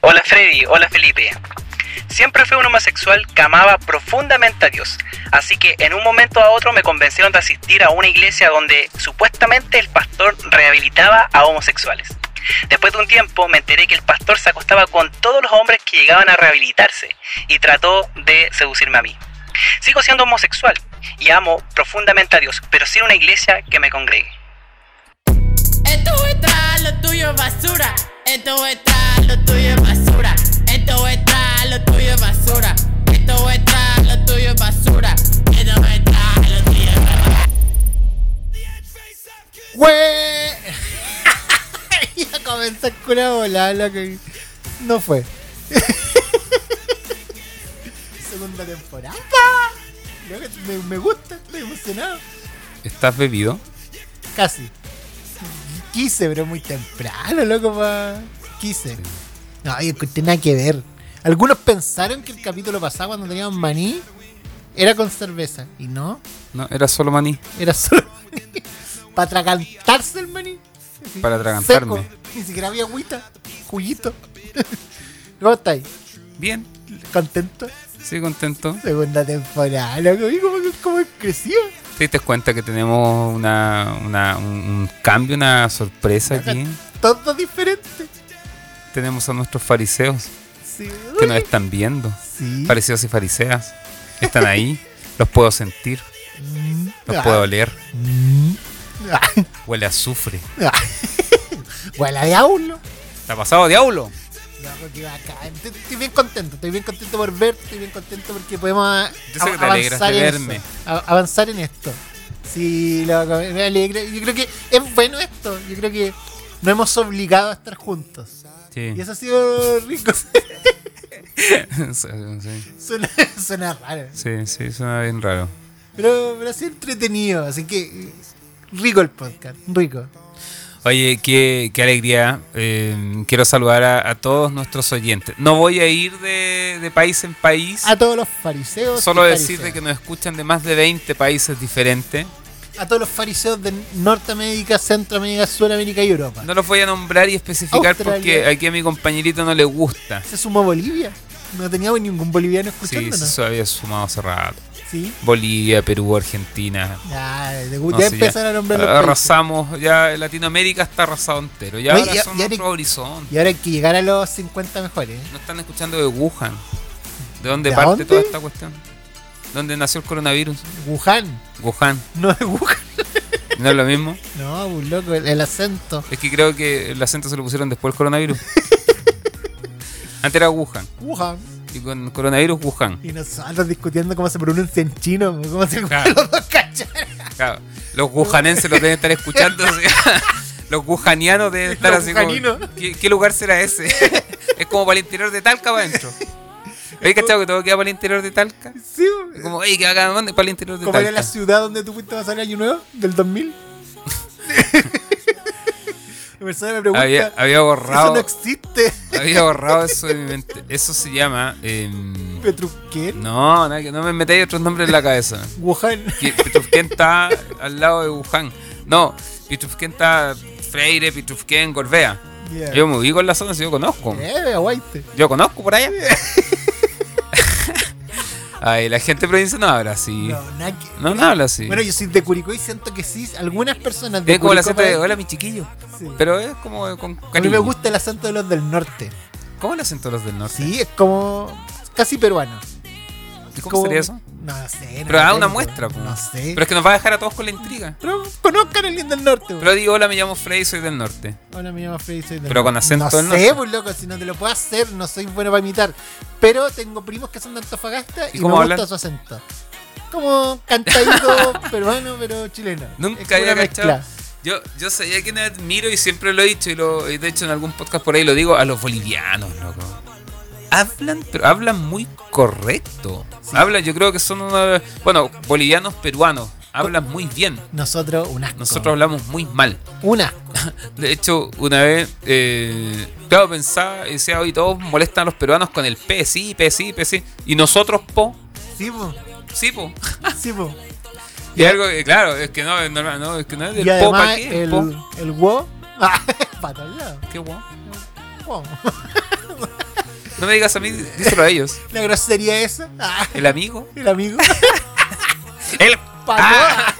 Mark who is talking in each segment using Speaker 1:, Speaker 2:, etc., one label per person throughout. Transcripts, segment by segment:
Speaker 1: Hola Freddy, hola Felipe. Siempre fui un homosexual que amaba profundamente a Dios, así que en un momento a otro me convencieron de asistir a una iglesia donde supuestamente el pastor rehabilitaba a homosexuales. Después de un tiempo me enteré que el pastor se acostaba con todos los hombres que llegaban a rehabilitarse y trató de seducirme a mí. Sigo siendo homosexual y amo profundamente a Dios, pero sin una iglesia que me congregue.
Speaker 2: Esto es tras lo tuyo es basura. Esto es tras lo tuyo es basura. Esto es tras lo tuyo es basura. Esto es tras lo tuyo es basura. Esto es tras lo tuyo es basura.
Speaker 3: ¡Güey! ya comenzó con una bola, loco. No fue. Segunda temporada. Loco, Me, me gusta, estoy emocionado.
Speaker 4: ¿Estás bebido?
Speaker 3: Casi. Quise, pero muy temprano, loco, pa. Quise. No, yo encontré nada que ver. Algunos pensaron que el capítulo pasado, cuando teníamos maní, era con cerveza. Y no,
Speaker 4: No, era solo maní.
Speaker 3: era solo maní. Para atragantarse el maní. Así,
Speaker 4: Para atragantarme.
Speaker 3: seco. Ni siquiera había agüita. Juguito. ¿Cómo estáis?
Speaker 4: Bien,
Speaker 3: ¿Contento?
Speaker 4: sí, contento.
Speaker 3: Segunda temporada, loco. ¿Y cómo, cómo creció?
Speaker 4: ¿Te diste cuenta que tenemos una, una- un, un cambio, una sorpresa aquí?
Speaker 3: Todo diferente.
Speaker 4: Tenemos a nuestros fariseos
Speaker 3: Sí.
Speaker 4: que nos están viendo.
Speaker 3: Sí.
Speaker 4: Fariseos y fariseas. Están ahí. los puedo sentir.
Speaker 3: Mm.
Speaker 4: Los
Speaker 3: Ah.
Speaker 4: puedo oler.
Speaker 3: Mm. Ah.
Speaker 4: Huele a azufre.
Speaker 3: Ah. Huele a diablo.
Speaker 4: ¿Está pasado, diablo?
Speaker 3: Loco, qué bacán. Estoy- Estoy bien contento, estoy bien contento por verte, estoy bien contento porque podemos a-
Speaker 4: Yo sé que te
Speaker 3: a-
Speaker 4: alegras de
Speaker 3: en
Speaker 4: verme.
Speaker 3: eso, a- avanzar en esto. Sí, loco, me alegra. Yo creo que es bueno esto. Yo creo que nos hemos obligado a estar juntos.
Speaker 4: Sí.
Speaker 3: Y eso ha sido rico.
Speaker 4: sí,
Speaker 3: suena, suena raro.
Speaker 4: sí, sí, suena bien raro.
Speaker 3: Pero, pero ha sido entretenido. Así que eh, rico el podcast, rico.
Speaker 4: Oye, qué, qué alegría. Eh, quiero saludar a, a todos nuestros oyentes. No voy a ir de, de país en país.
Speaker 3: A todos los fariseos.
Speaker 4: Solo
Speaker 3: y
Speaker 4: decirte
Speaker 3: fariseas.
Speaker 4: que nos escuchan de más de 20 países diferentes.
Speaker 3: A todos los fariseos de Norteamérica, Centroamérica, Sudamérica y Europa.
Speaker 4: No los voy a nombrar y especificar
Speaker 3: Australia.
Speaker 4: porque aquí a mi compañerito no le gusta.
Speaker 3: Se sumó Bolivia. No teníamos ningún boliviano
Speaker 4: Sí,
Speaker 3: escuchándonos.
Speaker 4: se
Speaker 3: Sí.
Speaker 4: había sumado hace rato. Bolivia, Perú, Argentina.
Speaker 3: Ya, Ah, de-
Speaker 4: No Ah,
Speaker 3: ya
Speaker 4: sé,
Speaker 3: empezaron a nombrar los países.
Speaker 4: Arrasamos, ya Latinoamérica está arrasado entero. Ya
Speaker 3: Oye,
Speaker 4: ahora
Speaker 3: ya-
Speaker 4: son
Speaker 3: ya
Speaker 4: otro
Speaker 3: te-
Speaker 4: horizonte.
Speaker 3: Y ahora hay que llegar a los 50 mejores. ¿eh?
Speaker 4: No están escuchando de Wuhan. ¿De dónde
Speaker 3: ¿De
Speaker 4: parte
Speaker 3: dónde?
Speaker 4: toda esta cuestión? ¿Dónde nació el coronavirus?
Speaker 3: Wuhan.
Speaker 4: Wuhan.
Speaker 3: No es Wuhan.
Speaker 4: ¿No es lo mismo?
Speaker 3: No, pues, loco, el, el acento.
Speaker 4: Es que creo que el acento se lo pusieron después del coronavirus. Antes era Wuhan.
Speaker 3: Wuhan.
Speaker 4: Y con coronavirus, Wuhan.
Speaker 3: Y nosotros discutiendo cómo se pronuncia en chino. Cómo se
Speaker 4: Claro.
Speaker 3: los dos cacharon.
Speaker 4: Claro, los wuhanenses los deben estar escuchando. o sea, los wujanianos deben estar
Speaker 3: Los
Speaker 4: así como,
Speaker 3: wujaninos.
Speaker 4: ¿qué, qué lugar será ese? es como para el interior de Talca para adentro. ¿Habéis cachado que todo queda para el interior de Talca?
Speaker 3: Sí,
Speaker 4: Es Como, "Ey, ¿qué acá? ¿Dónde? Para el interior de
Speaker 3: como era la
Speaker 4: Talca.
Speaker 3: ciudad donde tú fuiste a pasar el año nuevo del 2000. la persona me pregunta.
Speaker 4: Había, había
Speaker 3: Eso
Speaker 4: borrado
Speaker 3: no existe.
Speaker 4: había borrado eso de mi mente. Eso se llama... em,
Speaker 3: Petruquén,
Speaker 4: no, nada que- no me metáis otros nombres en la cabeza.
Speaker 3: Wuhan.
Speaker 4: Que Pichufquén está al lado de Wuhan. No, Pichufquén está Freire, Pichufquén, Gorbea.
Speaker 3: Yeah.
Speaker 4: Yo me ubico en la zona, si yo conozco.
Speaker 3: Eh, aguaite.
Speaker 4: Yo conozco por allá. Ay, la gente de provincia no habla así.
Speaker 3: No,
Speaker 4: No,
Speaker 3: nada que-
Speaker 4: no, habla así.
Speaker 3: Bueno, yo soy de Curicó y siento que sí, algunas personas de
Speaker 4: es como el
Speaker 3: Curicó
Speaker 4: acento de
Speaker 3: para-
Speaker 4: hola, mi chiquillo.
Speaker 3: Sí.
Speaker 4: Pero es como con
Speaker 3: A mí
Speaker 4: cariño.
Speaker 3: me gusta el acento de los del norte.
Speaker 4: ¿Cómo el acento de los del norte?
Speaker 3: Sí, es como casi peruano.
Speaker 4: ¿Y ¿Cómo
Speaker 3: Como-
Speaker 4: sería eso?
Speaker 3: No sé. no
Speaker 4: Pero da una
Speaker 3: tengo,
Speaker 4: muestra. po.
Speaker 3: No sé.
Speaker 4: Pero es que nos va a dejar a todos con la intriga.
Speaker 3: Pero conozcan a alguien del norte.
Speaker 4: Pero digo, hola, me llamo Frey, soy del norte.
Speaker 3: Hola, me llamo Freddy. Soy del
Speaker 4: Pero con acento
Speaker 3: no
Speaker 4: del
Speaker 3: sé,
Speaker 4: norte.
Speaker 3: pues loco, si no te lo puedo hacer, no soy bueno para imitar. Pero tengo primos que son de Antofagasta
Speaker 4: ¿Y
Speaker 3: y,
Speaker 4: cómo
Speaker 3: me
Speaker 4: hablan?
Speaker 3: gusta su acento. Como cantadito peruano, pero chileno.
Speaker 4: Nunca
Speaker 3: Es como
Speaker 4: había
Speaker 3: una
Speaker 4: cachado.
Speaker 3: mezcla.
Speaker 4: Yo, yo sabía que admiro y siempre lo he dicho, y, lo, y de hecho en algún podcast por ahí lo digo, a los bolivianos, loco. Hablan, pero hablan muy correcto. Hablan, yo creo que son uno de- Bueno, bolivianos, peruanos, hablan
Speaker 3: Oh.
Speaker 4: muy bien.
Speaker 3: Nosotros, un asco.
Speaker 4: Nosotros hablamos muy mal.
Speaker 3: Un asco.
Speaker 4: De hecho, una vez, eh, claro, pensaba, y decía, hoy todos molestan a los peruanos con el P, sí, P, sí, P, sí. Y nosotros, po,
Speaker 3: Sí, po.
Speaker 4: sí, po.
Speaker 3: Sí, pues. po.
Speaker 4: Y algo que, claro, es que no, es normal, no, es que no es del
Speaker 3: y
Speaker 4: po, ¿pa'
Speaker 3: además,
Speaker 4: qué?
Speaker 3: el,
Speaker 4: Po.
Speaker 3: el wo. Ah, para todos lados.
Speaker 4: Qué guau.
Speaker 3: Wo.
Speaker 4: No me digas a mí, díselo a ellos.
Speaker 3: La grosería esa. Ah,
Speaker 4: El amigo.
Speaker 3: el amigo.
Speaker 4: El
Speaker 3: Pato.
Speaker 4: Ah.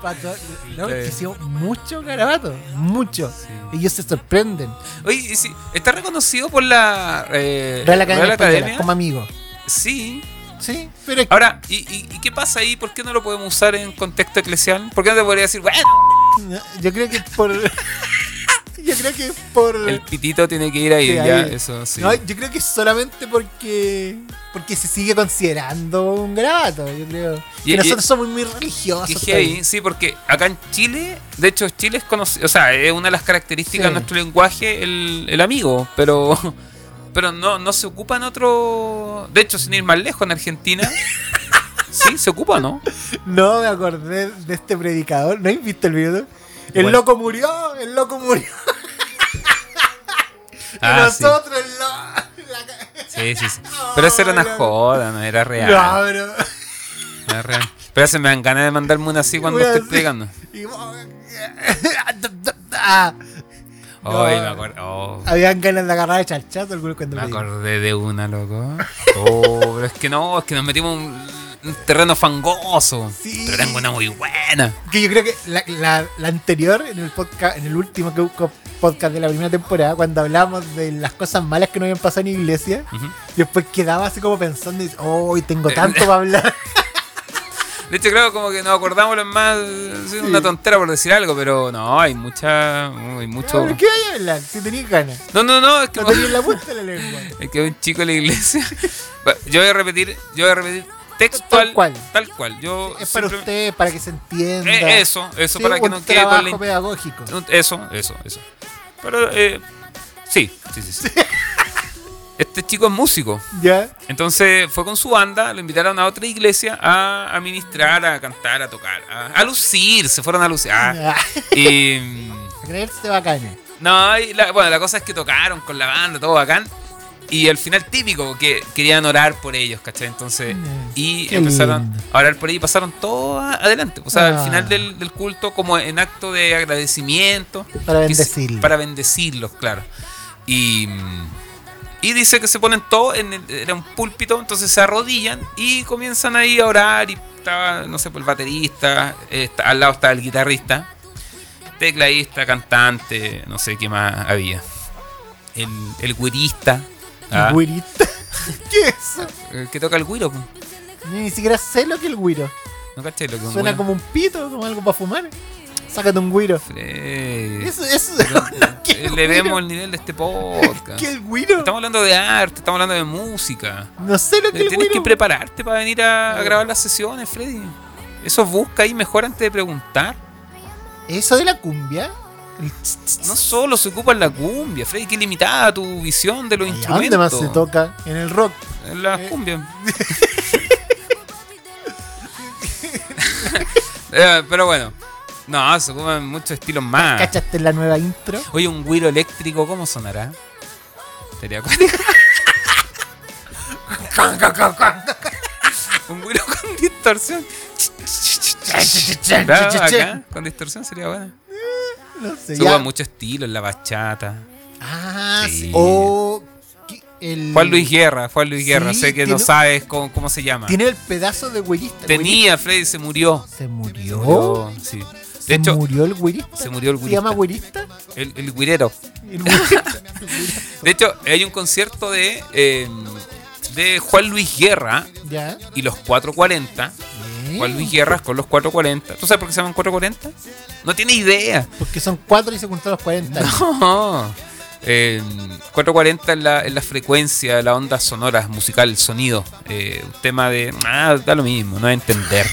Speaker 3: Pato. No,
Speaker 4: Está
Speaker 3: que
Speaker 4: bien.
Speaker 3: hicieron mucho garabato. Mucho. Ellos se sorprenden.
Speaker 4: Oye, y sí, está reconocido por la eh,
Speaker 3: Real Academia,
Speaker 4: Real
Speaker 3: Española,
Speaker 4: Academia. Ah.
Speaker 3: como amigo.
Speaker 4: Sí.
Speaker 3: Sí, pero es que-
Speaker 4: Ahora, ¿y, y, y qué pasa ahí? ¿Por qué no lo podemos usar en contexto eclesial? ¿Por qué no te podría decir, bueno,
Speaker 3: yo creo que por. yo creo que por.
Speaker 4: el pitito tiene que ir ahí?
Speaker 3: Sí,
Speaker 4: ya,
Speaker 3: ahí.
Speaker 4: eso sí.
Speaker 3: No, yo creo que solamente porque porque se sigue considerando un grabato, yo creo.
Speaker 4: Y-
Speaker 3: Que
Speaker 4: y-
Speaker 3: nosotros somos muy
Speaker 4: Qué
Speaker 3: religiosos.
Speaker 4: heavy, sí, porque acá en Chile, de hecho, Chile es conocido, o sea, es una de las características
Speaker 3: Sí.
Speaker 4: de nuestro lenguaje el, el amigo, pero pero no, no se ocupa en otro. De hecho, sin ir más lejos, en Argentina. sí, se ocupa, ¿no?
Speaker 3: todavía. No me acordé de este predicador. ¿No habéis visto el video? El
Speaker 4: Igual.
Speaker 3: loco murió, el loco murió. Y
Speaker 4: Ah, sí.
Speaker 3: nosotros, el lo- la ca-
Speaker 4: Sí, sí, sí. Pero eso era una
Speaker 3: Ay,
Speaker 4: joda, no era real.
Speaker 3: No, bro.
Speaker 4: no era real. Pero se me dan ganas de mandarme una así cuando
Speaker 3: Voy a
Speaker 4: esté
Speaker 3: hacer-
Speaker 4: pegando.
Speaker 3: y- Ah, No.
Speaker 4: Ay, me acuerdo. oh.
Speaker 3: Habían ganas de agarrar el charchato algunos cuando
Speaker 4: Me
Speaker 3: me dijo.
Speaker 4: acordé de una, loco. Oh, pero es que no, es que nos metimos en un, un terreno fangoso.
Speaker 3: Sí.
Speaker 4: Pero tengo una muy buena.
Speaker 3: Que yo creo que la, la- la anterior, en el podcast, en el último que- co- podcast de la primera temporada, cuando hablábamos de las cosas malas que no habían pasado en iglesia,
Speaker 4: Ujú. Eh,
Speaker 3: después quedaba así como pensando, y, oh, tengo tanto para hablar.
Speaker 4: De hecho, creo como que nos acordamos los más. soy una tontera por decir algo, pero no, hay mucha. Hay mucho.
Speaker 3: ¿Por qué voy a hablar? Si tenías ganas.
Speaker 4: No, no, no, es que.
Speaker 3: No tenías la punta de la lengua.
Speaker 4: Es que un chico en la iglesia. Va, Yo voy a repetir, yo voy a repetir textual.
Speaker 3: Tal cual.
Speaker 4: Tal cual. Yo
Speaker 3: Es para
Speaker 4: siempre-
Speaker 3: usted, para que se entienda.
Speaker 4: Eh, eso, eso,
Speaker 3: Sí,
Speaker 4: para que
Speaker 3: un
Speaker 4: no quede
Speaker 3: trabajo
Speaker 4: con la.
Speaker 3: pedagógico.
Speaker 4: Un- Eso, eso, eso. Pero, eh, sí, sí, sí, sí. Este chico es músico.
Speaker 3: ¿Ya?
Speaker 4: Entonces fue con su banda, lo invitaron a otra iglesia a administrar, a cantar, a tocar, a, a lucir, se fueron a lucir. Ah,
Speaker 3: Ah,
Speaker 4: y, mm,
Speaker 3: a creerse bacana.
Speaker 4: no, y la- bueno, la cosa es que tocaron con la banda, todo bacán. Y al final típico, que querían orar por ellos, ¿cachai? Entonces,
Speaker 3: Mm,
Speaker 4: y
Speaker 3: qué
Speaker 4: empezaron
Speaker 3: lindo.
Speaker 4: a orar por ellos y pasaron todo a- adelante. O sea,
Speaker 3: Ah.
Speaker 4: al final del, del culto, como en acto de agradecimiento.
Speaker 3: Para
Speaker 4: que se-
Speaker 3: bendecirlos.
Speaker 4: Para bendecirlos, claro. Y, mm, y dice que se ponen todo en el- era un púlpito, entonces se arrodillan y comienzan ahí a orar. Y estaba, no sé, pues el baterista, eh, está- al lado estaba el guitarrista tecladista, cantante, no sé qué más había. El, el güirista, ah,
Speaker 3: Güirito. ¿Qué es eso?
Speaker 4: el que toca el güiro. po.
Speaker 3: Ni siquiera sé lo que es el güiro.
Speaker 4: ¿No caché lo que es un
Speaker 3: Suena
Speaker 4: güiro?
Speaker 3: como un pito, como algo para fumar. Sácate un güiro.
Speaker 4: Eh,
Speaker 3: Eso, eso no, ¿qué es el
Speaker 4: Le
Speaker 3: güiro?
Speaker 4: vemos el nivel de este podcast.
Speaker 3: ¿Qué es el güiro?
Speaker 4: Estamos hablando de arte, estamos hablando de música.
Speaker 3: No sé lo que es el
Speaker 4: Tienes
Speaker 3: güiro.
Speaker 4: que prepararte para venir a, a grabar las sesiones, Freddy. Eso busca ahí mejor antes de preguntar.
Speaker 3: ¿Eso de la cumbia?
Speaker 4: No solo se ocupa en la cumbia, Freddy, que limitada tu visión de los
Speaker 3: ¿Y ¿A
Speaker 4: instrumentos.
Speaker 3: dónde más se toca? En el rock.
Speaker 4: En las
Speaker 3: Eh.
Speaker 4: cumbias. Eh, pero bueno. No, se ocupan muchos estilos más.
Speaker 3: ¿Cachaste la nueva intro?
Speaker 4: Oye, un güiro eléctrico, ¿cómo sonará? Sería acuático. un güiro con distorsión. Claro, acá, con distorsión sería bueno.
Speaker 3: No sé.
Speaker 4: Se ocupa
Speaker 3: ya.
Speaker 4: mucho estilo en la bachata.
Speaker 3: Ah, sí.
Speaker 4: Sí.
Speaker 3: O. ¿qué- el-
Speaker 4: Juan Luis Guerra, Juan Luis Guerra,
Speaker 3: Mm. Sí,
Speaker 4: sé que no
Speaker 3: tiene-
Speaker 4: sabes cómo, cómo se llama.
Speaker 3: Tiene el pedazo de güirista.
Speaker 4: Tenía, Freddy, se murió.
Speaker 3: ¿Se murió?
Speaker 4: murió, sí. De hecho,
Speaker 3: ¿Oh? ¿Se murió el güirista?
Speaker 4: se murió el
Speaker 3: ¿Se llama
Speaker 4: güirista.
Speaker 3: güirista?
Speaker 4: el, el guirero.
Speaker 3: El güirista.
Speaker 4: De hecho, hay un concierto de, eh, de Juan Luis Guerra
Speaker 3: ya.
Speaker 4: y los 440.
Speaker 3: Bien.
Speaker 4: Juan Luis Guerra con los 440. ¿Tú sabes por qué se llaman 440? No tiene idea.
Speaker 3: Porque son cuatro y se juntaron los 40.
Speaker 4: No. Eh, 440 es la, es la frecuencia, la onda sonora, musical, el sonido. Eh, un tema de. Ah, da lo mismo, no va a entender.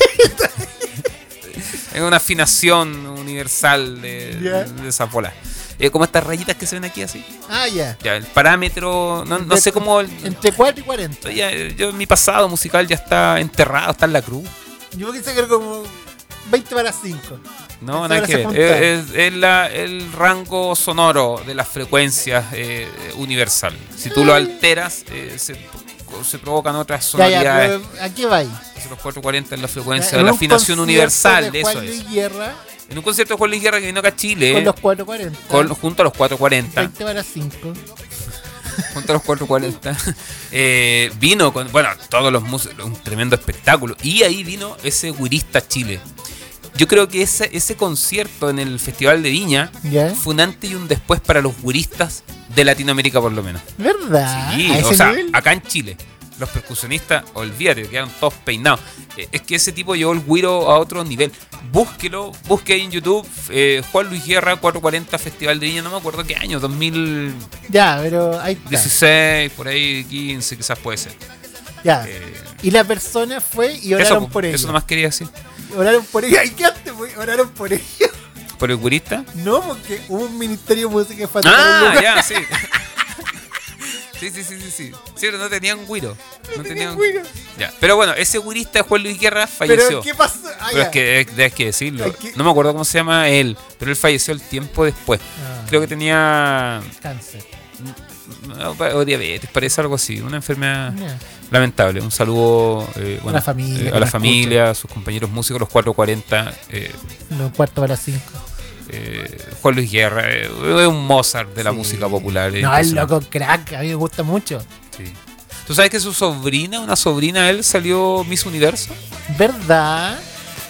Speaker 4: es una afinación universal de,
Speaker 3: Ya.
Speaker 4: de esa bola. Eh, como estas rayitas que se ven aquí así.
Speaker 3: Ah, ya.
Speaker 4: Ya, el parámetro, no, no
Speaker 3: De-
Speaker 4: sé cómo. el-
Speaker 3: Entre 4 y 40.
Speaker 4: ya, yo, mi pasado musical ya está enterrado, está en la cruz.
Speaker 3: Yo pensé que era como 20 para 5.
Speaker 4: No,
Speaker 3: Eso
Speaker 4: nada
Speaker 3: ahora
Speaker 4: que
Speaker 3: se
Speaker 4: ver.
Speaker 3: junta.
Speaker 4: Es, es- es la- el rango sonoro de las frecuencias eh, universal. Si tú lo alteras, eh, se, se provocan otras
Speaker 3: Mm. Ya, ya,
Speaker 4: sonoridades.
Speaker 3: pero ¿a qué vais?
Speaker 4: Los 440 es la frecuencia
Speaker 3: En
Speaker 4: de la
Speaker 3: un
Speaker 4: afinación
Speaker 3: concierto
Speaker 4: universal,
Speaker 3: de
Speaker 4: eso
Speaker 3: Juan
Speaker 4: es.
Speaker 3: Luis Guerra
Speaker 4: En un concierto de Juan Luis Guerra que vino acá a Chile,
Speaker 3: con los 440.
Speaker 4: con- junto a los 440,
Speaker 3: 20 para 5.
Speaker 4: junto a los 440. Eh, vino con, bueno, todos los músicos, un tremendo espectáculo. Y ahí vino ese Guirista Chile. Yo creo que ese, ese concierto en el Festival de Viña
Speaker 3: Ya.
Speaker 4: fue un antes y un después para los guristas de Latinoamérica, por lo menos.
Speaker 3: ¿Verdad?
Speaker 4: Sí,
Speaker 3: Ah, ¿A ese
Speaker 4: o sea,
Speaker 3: nivel?
Speaker 4: acá en Chile, los percusionistas, olvídate, quedaron todos peinados. Eh, Es que ese tipo llevó el guiro a otro nivel. Búsquelo, busque ahí en YouTube eh, Juan Luis Guerra 440 Festival de Viña, no me acuerdo qué año, 2016,
Speaker 3: Ya, pero ahí está.
Speaker 4: por ahí 15 quizás puede ser.
Speaker 3: Ya.
Speaker 4: Eh,
Speaker 3: Y la persona fue y
Speaker 4: eso,
Speaker 3: oraron
Speaker 4: po,
Speaker 3: por ella.
Speaker 4: eso nomás quería decir.
Speaker 3: Oraron por ella. ¿Y qué antes, güey? Oraron por ella.
Speaker 4: ¿Por el gurista?
Speaker 3: No, porque hubo un ministerio de música que fue a tocar un
Speaker 4: Ah,
Speaker 3: lugar.
Speaker 4: ya, sí. Sí, sí, sí, sí, sí. Sí, pero no tenían guiro. No, tenían,
Speaker 3: güey.
Speaker 4: Ya. Pero bueno, ese gurista Juan Luis Guerra falleció.
Speaker 3: Pero ¿qué pasó? Ah,
Speaker 4: Pero
Speaker 3: ya.
Speaker 4: es que es, es que decirlo.
Speaker 3: Hay que-
Speaker 4: No me acuerdo cómo se llama él, pero él falleció el tiempo después.
Speaker 3: Ah.
Speaker 4: Creo que tenía
Speaker 3: Cáncer.
Speaker 4: no, pa- o diabetes, parece algo así, una enfermedad
Speaker 3: Ya.
Speaker 4: lamentable. Un saludo eh, bueno,
Speaker 3: la familia,
Speaker 4: eh,
Speaker 3: que
Speaker 4: a la
Speaker 3: nos
Speaker 4: familia, a sus compañeros músicos, los 440. Eh,
Speaker 3: Los cuarto para las cinco.
Speaker 4: eh, Juan Luis Guerra eh, es un Mozart de la
Speaker 3: Sí.
Speaker 4: música popular. eh,
Speaker 3: No, el
Speaker 4: impresionante.
Speaker 3: loco crack. A mí me gusta mucho.
Speaker 4: Sí. ¿Tú sabes que su sobrina, una sobrina de él, salió Miss Universo?
Speaker 3: ¿Verdad?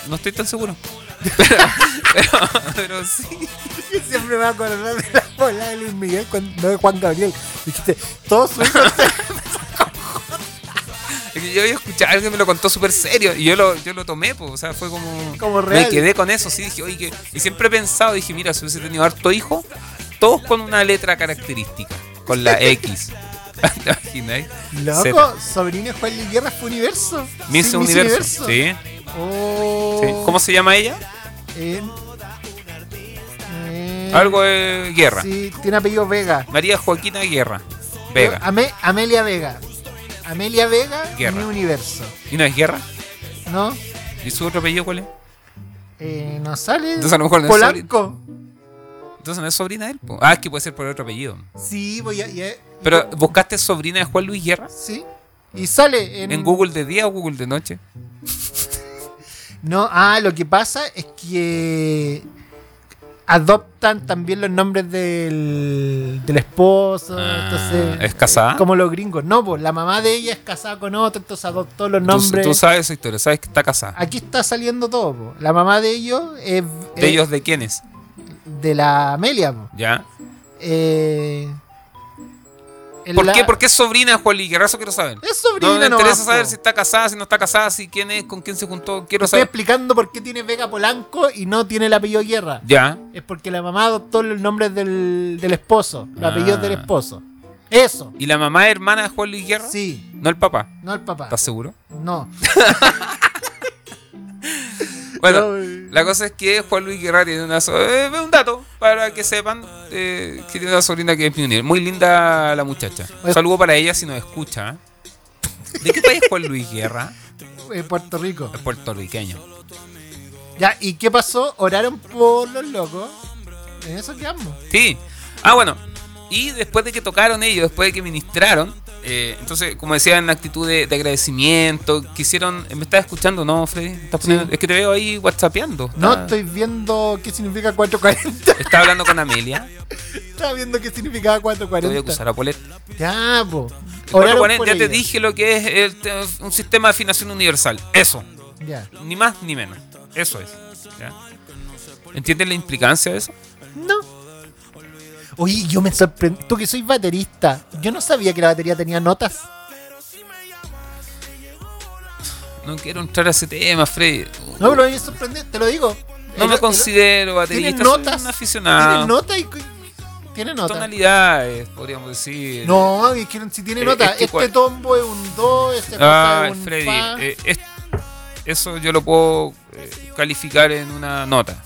Speaker 4: No estoy tan seguro. Pero- pero- pero sí.
Speaker 3: Yo siempre me voy a acordar de la bola de Luis Miguel, cuando, no de Juan Gabriel. Dijiste, todos sus hijos se-
Speaker 4: Es que yo había escuchado, alguien me lo contó súper serio y yo lo, yo lo tomé, pues, o sea, fue como.
Speaker 3: Como real.
Speaker 4: Me quedé con eso, sí, dije, oye, que. Y siempre he pensado, dije, mira, si hubiese tenido harto hijo, todos con una letra característica, con la X. ¿Te imaginas?
Speaker 3: Loco,
Speaker 4: Z.
Speaker 3: sobrino de Juan Luis Guerra fue universo.
Speaker 4: Miss
Speaker 3: Sí,
Speaker 4: Universo. Sí,
Speaker 3: Oh.
Speaker 4: sí. ¿Cómo se llama ella?
Speaker 3: Eh, eh,
Speaker 4: Algo de Guerra.
Speaker 3: Sí, tiene apellido Vega.
Speaker 4: María Joaquina Guerra. Vega.
Speaker 3: Ame- Amelia Vega. Amelia Vega,
Speaker 4: Guerra.
Speaker 3: mi universo.
Speaker 4: ¿Y no es Guerra?
Speaker 3: ¿No?
Speaker 4: ¿Y su otro apellido cuál es?
Speaker 3: Eh, ¿No sale?
Speaker 4: Entonces, a lo mejor no es
Speaker 3: Polanco.
Speaker 4: Entonces no es sobrina de él. po. Ah, es que puede ser por otro apellido.
Speaker 3: Sí, voy a. ya-
Speaker 4: Pero buscaste sobrina de Juan Luis Guerra
Speaker 3: Sí. Y sale en,
Speaker 4: en Google de día o Google de noche.
Speaker 3: No, ah, lo que pasa es que adoptan también los nombres del, del esposo.
Speaker 4: Ah,
Speaker 3: entonces,
Speaker 4: ¿es casada?
Speaker 3: Como los gringos. No, pues la mamá de ella es casada con otro, entonces adoptó los
Speaker 4: Tú-
Speaker 3: nombres.
Speaker 4: Tú, sabes esa historia, sabes que está casada.
Speaker 3: Aquí está saliendo todo. po. La mamá de ellos es,
Speaker 4: ¿De
Speaker 3: es
Speaker 4: ellos de quiénes?
Speaker 3: de la Amelia. po.
Speaker 4: ¿Ya?
Speaker 3: Eh, en
Speaker 4: ¿Por
Speaker 3: la-
Speaker 4: qué? ¿Por qué es sobrina de Juan Luis Guerra? Eso quiero saber.
Speaker 3: Es sobrina
Speaker 4: No me
Speaker 3: nomás,
Speaker 4: interesa saber
Speaker 3: po.
Speaker 4: si está casada, si no está casada, si quién es, con quién se juntó. Quiero
Speaker 3: Estoy
Speaker 4: saber.
Speaker 3: explicando por qué tiene Vega Polanco y no tiene el apellido Guerra.
Speaker 4: Ya.
Speaker 3: Es porque la mamá adoptó los nombres del, del esposo, los
Speaker 4: Ah.
Speaker 3: apellidos del esposo. Eso.
Speaker 4: ¿Y la mamá es hermana de Juan Luis Guerra?
Speaker 3: Sí,
Speaker 4: No el papá.
Speaker 3: no el papá.
Speaker 4: ¿Estás seguro?
Speaker 3: No.
Speaker 4: Bueno,
Speaker 3: No,
Speaker 4: la cosa es que Juan Luis Guerra tiene una so- eh, un dato para que sepan eh, que tiene una sobrina que es pionera. Muy linda la muchacha. Un
Speaker 3: Oye.
Speaker 4: saludo para ella si nos escucha. ¿eh? ¿De qué país es Juan Luis Guerra?
Speaker 3: eh, Puerto Rico.
Speaker 4: Es puertorriqueño.
Speaker 3: Ya, ¿y qué pasó? Oraron por los locos. En eso quedamos.
Speaker 4: Sí. Ah, bueno. Y después de que tocaron ellos, después de que ministraron, eh, entonces, como decía, en actitud de, de agradecimiento, quisieron. eh, ¿Me estás escuchando, no, Freddy? ¿Estás poniendo- Es que te veo ahí whatsappeando.
Speaker 3: No
Speaker 4: Está-
Speaker 3: estoy viendo qué significa 440.
Speaker 4: Está hablando con Amelia.
Speaker 3: Estaba viendo qué significaba
Speaker 4: Te voy a
Speaker 3: 440.
Speaker 4: acusar a Polet.
Speaker 3: Ya, po.
Speaker 4: Bueno,
Speaker 3: Oraron
Speaker 4: Polet,
Speaker 3: por
Speaker 4: ya te
Speaker 3: ella.
Speaker 4: dije lo que es el te- un sistema de afinación universal. Eso.
Speaker 3: Ya.
Speaker 4: Ni más ni menos. Eso es. ¿ya? ¿Entiendes la implicancia de eso?
Speaker 3: No. Oye, yo me sorprendí. Tú que soy baterista. Yo no sabía que la batería tenía notas.
Speaker 4: No quiero entrar a ese tema, Freddy.
Speaker 3: No, pero a mí me sorprendió, te lo digo.
Speaker 4: No
Speaker 3: El-
Speaker 4: me
Speaker 3: el-
Speaker 4: considero baterista.
Speaker 3: Tienen
Speaker 4: soy
Speaker 3: notas.
Speaker 4: un
Speaker 3: Tiene
Speaker 4: aficionado.
Speaker 3: nota y. cu- Tiene nota.
Speaker 4: tonalidades, podríamos decir.
Speaker 3: No, es que no- si tiene
Speaker 4: Eh,
Speaker 3: nota.
Speaker 4: es que
Speaker 3: Este,
Speaker 4: cual-
Speaker 3: tombo es un do, este cosa
Speaker 4: Ah,
Speaker 3: es un
Speaker 4: Freddy,
Speaker 3: fa.
Speaker 4: eh, es- eso yo lo puedo eh, calificar en una nota.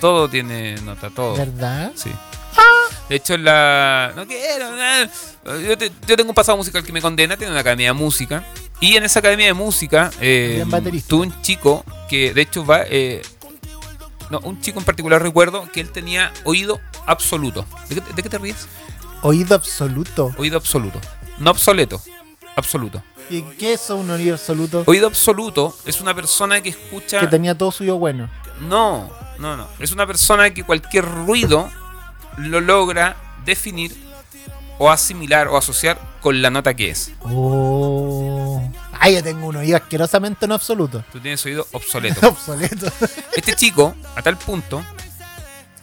Speaker 4: Todo tiene nota, todo.
Speaker 3: ¿Verdad?
Speaker 4: Sí.
Speaker 3: Ah.
Speaker 4: De hecho, la. No quiero. eh, Yo, te- yo tengo un pasado musical que me condena, tiene una academia de música. Y en esa academia de música, eh,
Speaker 3: Habían bateristas.
Speaker 4: tuve un chico que, de hecho, va. eh, no, un chico en particular recuerdo que él tenía oído absoluto. ¿De qué- de qué te ríes?
Speaker 3: Oído absoluto.
Speaker 4: Oído absoluto. No obsoleto. Absoluto.
Speaker 3: ¿Y qué es eso, un oído absoluto?
Speaker 4: Oído absoluto es una persona que escucha.
Speaker 3: Que tenía todo suyo bueno.
Speaker 4: No, no, no. Es una persona que cualquier ruido lo logra definir o asimilar o asociar con la nota que es.
Speaker 3: Oh. Ah, yo tengo uno oído asquerosamente no absoluto.
Speaker 4: Tú tienes oído obsoleto.
Speaker 3: Obsoleto.
Speaker 4: Este chico, a tal punto,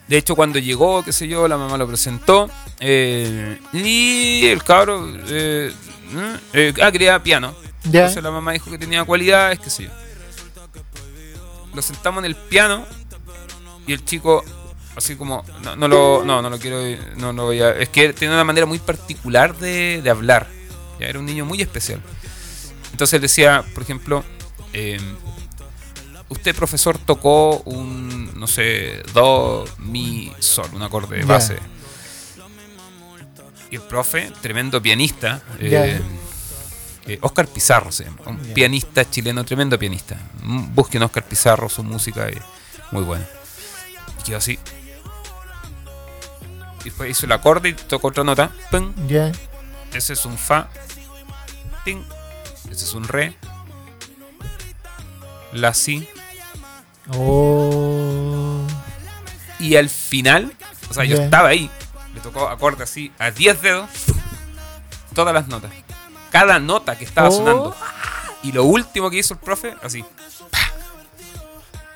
Speaker 4: de hecho cuando llegó, qué sé yo, la mamá lo presentó, eh, y el cabro, eh, eh, ah, quería piano.
Speaker 3: Ya.
Speaker 4: Entonces la mamá dijo que tenía cualidades, qué sé yo. Lo sentamos en el piano y el chico, así como, no, no lo, no, no lo quiero, no lo voy a... Es que tiene una manera muy particular de, de hablar. Ya era un niño muy especial. Entonces él decía, por ejemplo, eh, usted profesor tocó un, no sé, do, mi, sol, un acorde de
Speaker 3: Ya.
Speaker 4: base. Y el profe, tremendo pianista,
Speaker 3: Ya.
Speaker 4: eh, eh, Oscar Pizarro se llama, un
Speaker 3: Ya.
Speaker 4: pianista chileno, tremendo pianista. Mm, Busquen Oscar Pizarro, su música eh, muy buena. Y quedó así. Y después hizo el acorde y tocó otra nota. ¡pum!
Speaker 3: Ya.
Speaker 4: Ese es un fa. Ting. Ese es un re. La si.
Speaker 3: Oh.
Speaker 4: Y al final, o sea, yo
Speaker 3: Ya.
Speaker 4: estaba ahí. Le tocó acorde así a 10 dedos. Todas las notas. Cada nota que estaba
Speaker 3: Oh.
Speaker 4: sonando. Y lo último que hizo el profe, así. pa.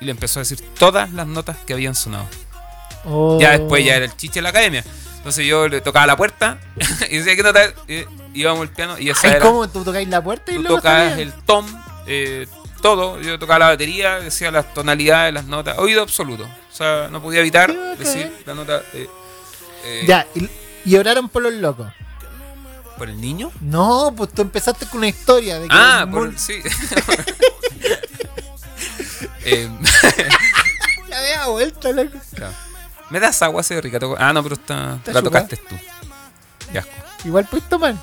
Speaker 4: Y le empezó a decir todas las notas que habían sonado.
Speaker 3: Oh.
Speaker 4: Ya después ya era el chiche de la academia. Entonces yo le tocaba la puerta y decía, ¿qué nota? es?" Y íbamos al piano y esa
Speaker 3: Ay,
Speaker 4: era...
Speaker 3: ¿cómo? ¿Tú tocáis la puerta y
Speaker 4: Tú
Speaker 3: luego
Speaker 4: tocabas
Speaker 3: salías?
Speaker 4: el tom, eh, todo. Yo tocaba la batería, decía las tonalidades, las notas. Oído absoluto. O sea, no podía evitar
Speaker 3: Qué bacán.
Speaker 4: decir la nota eh, eh,
Speaker 3: Ya, y, y oraron por los locos.
Speaker 4: por el niño.
Speaker 3: No, pues tú empezaste con una historia de que
Speaker 4: Ah,
Speaker 3: el
Speaker 4: por
Speaker 3: mundo-
Speaker 4: sí. Eh,
Speaker 3: la vea vuelta, loco.
Speaker 4: claro. Me das agua, se rica. toco- Ah, no, pero está,
Speaker 3: Está
Speaker 4: la
Speaker 3: chupada.
Speaker 4: tocaste tú. Qué asco.
Speaker 3: Igual puedes tomar.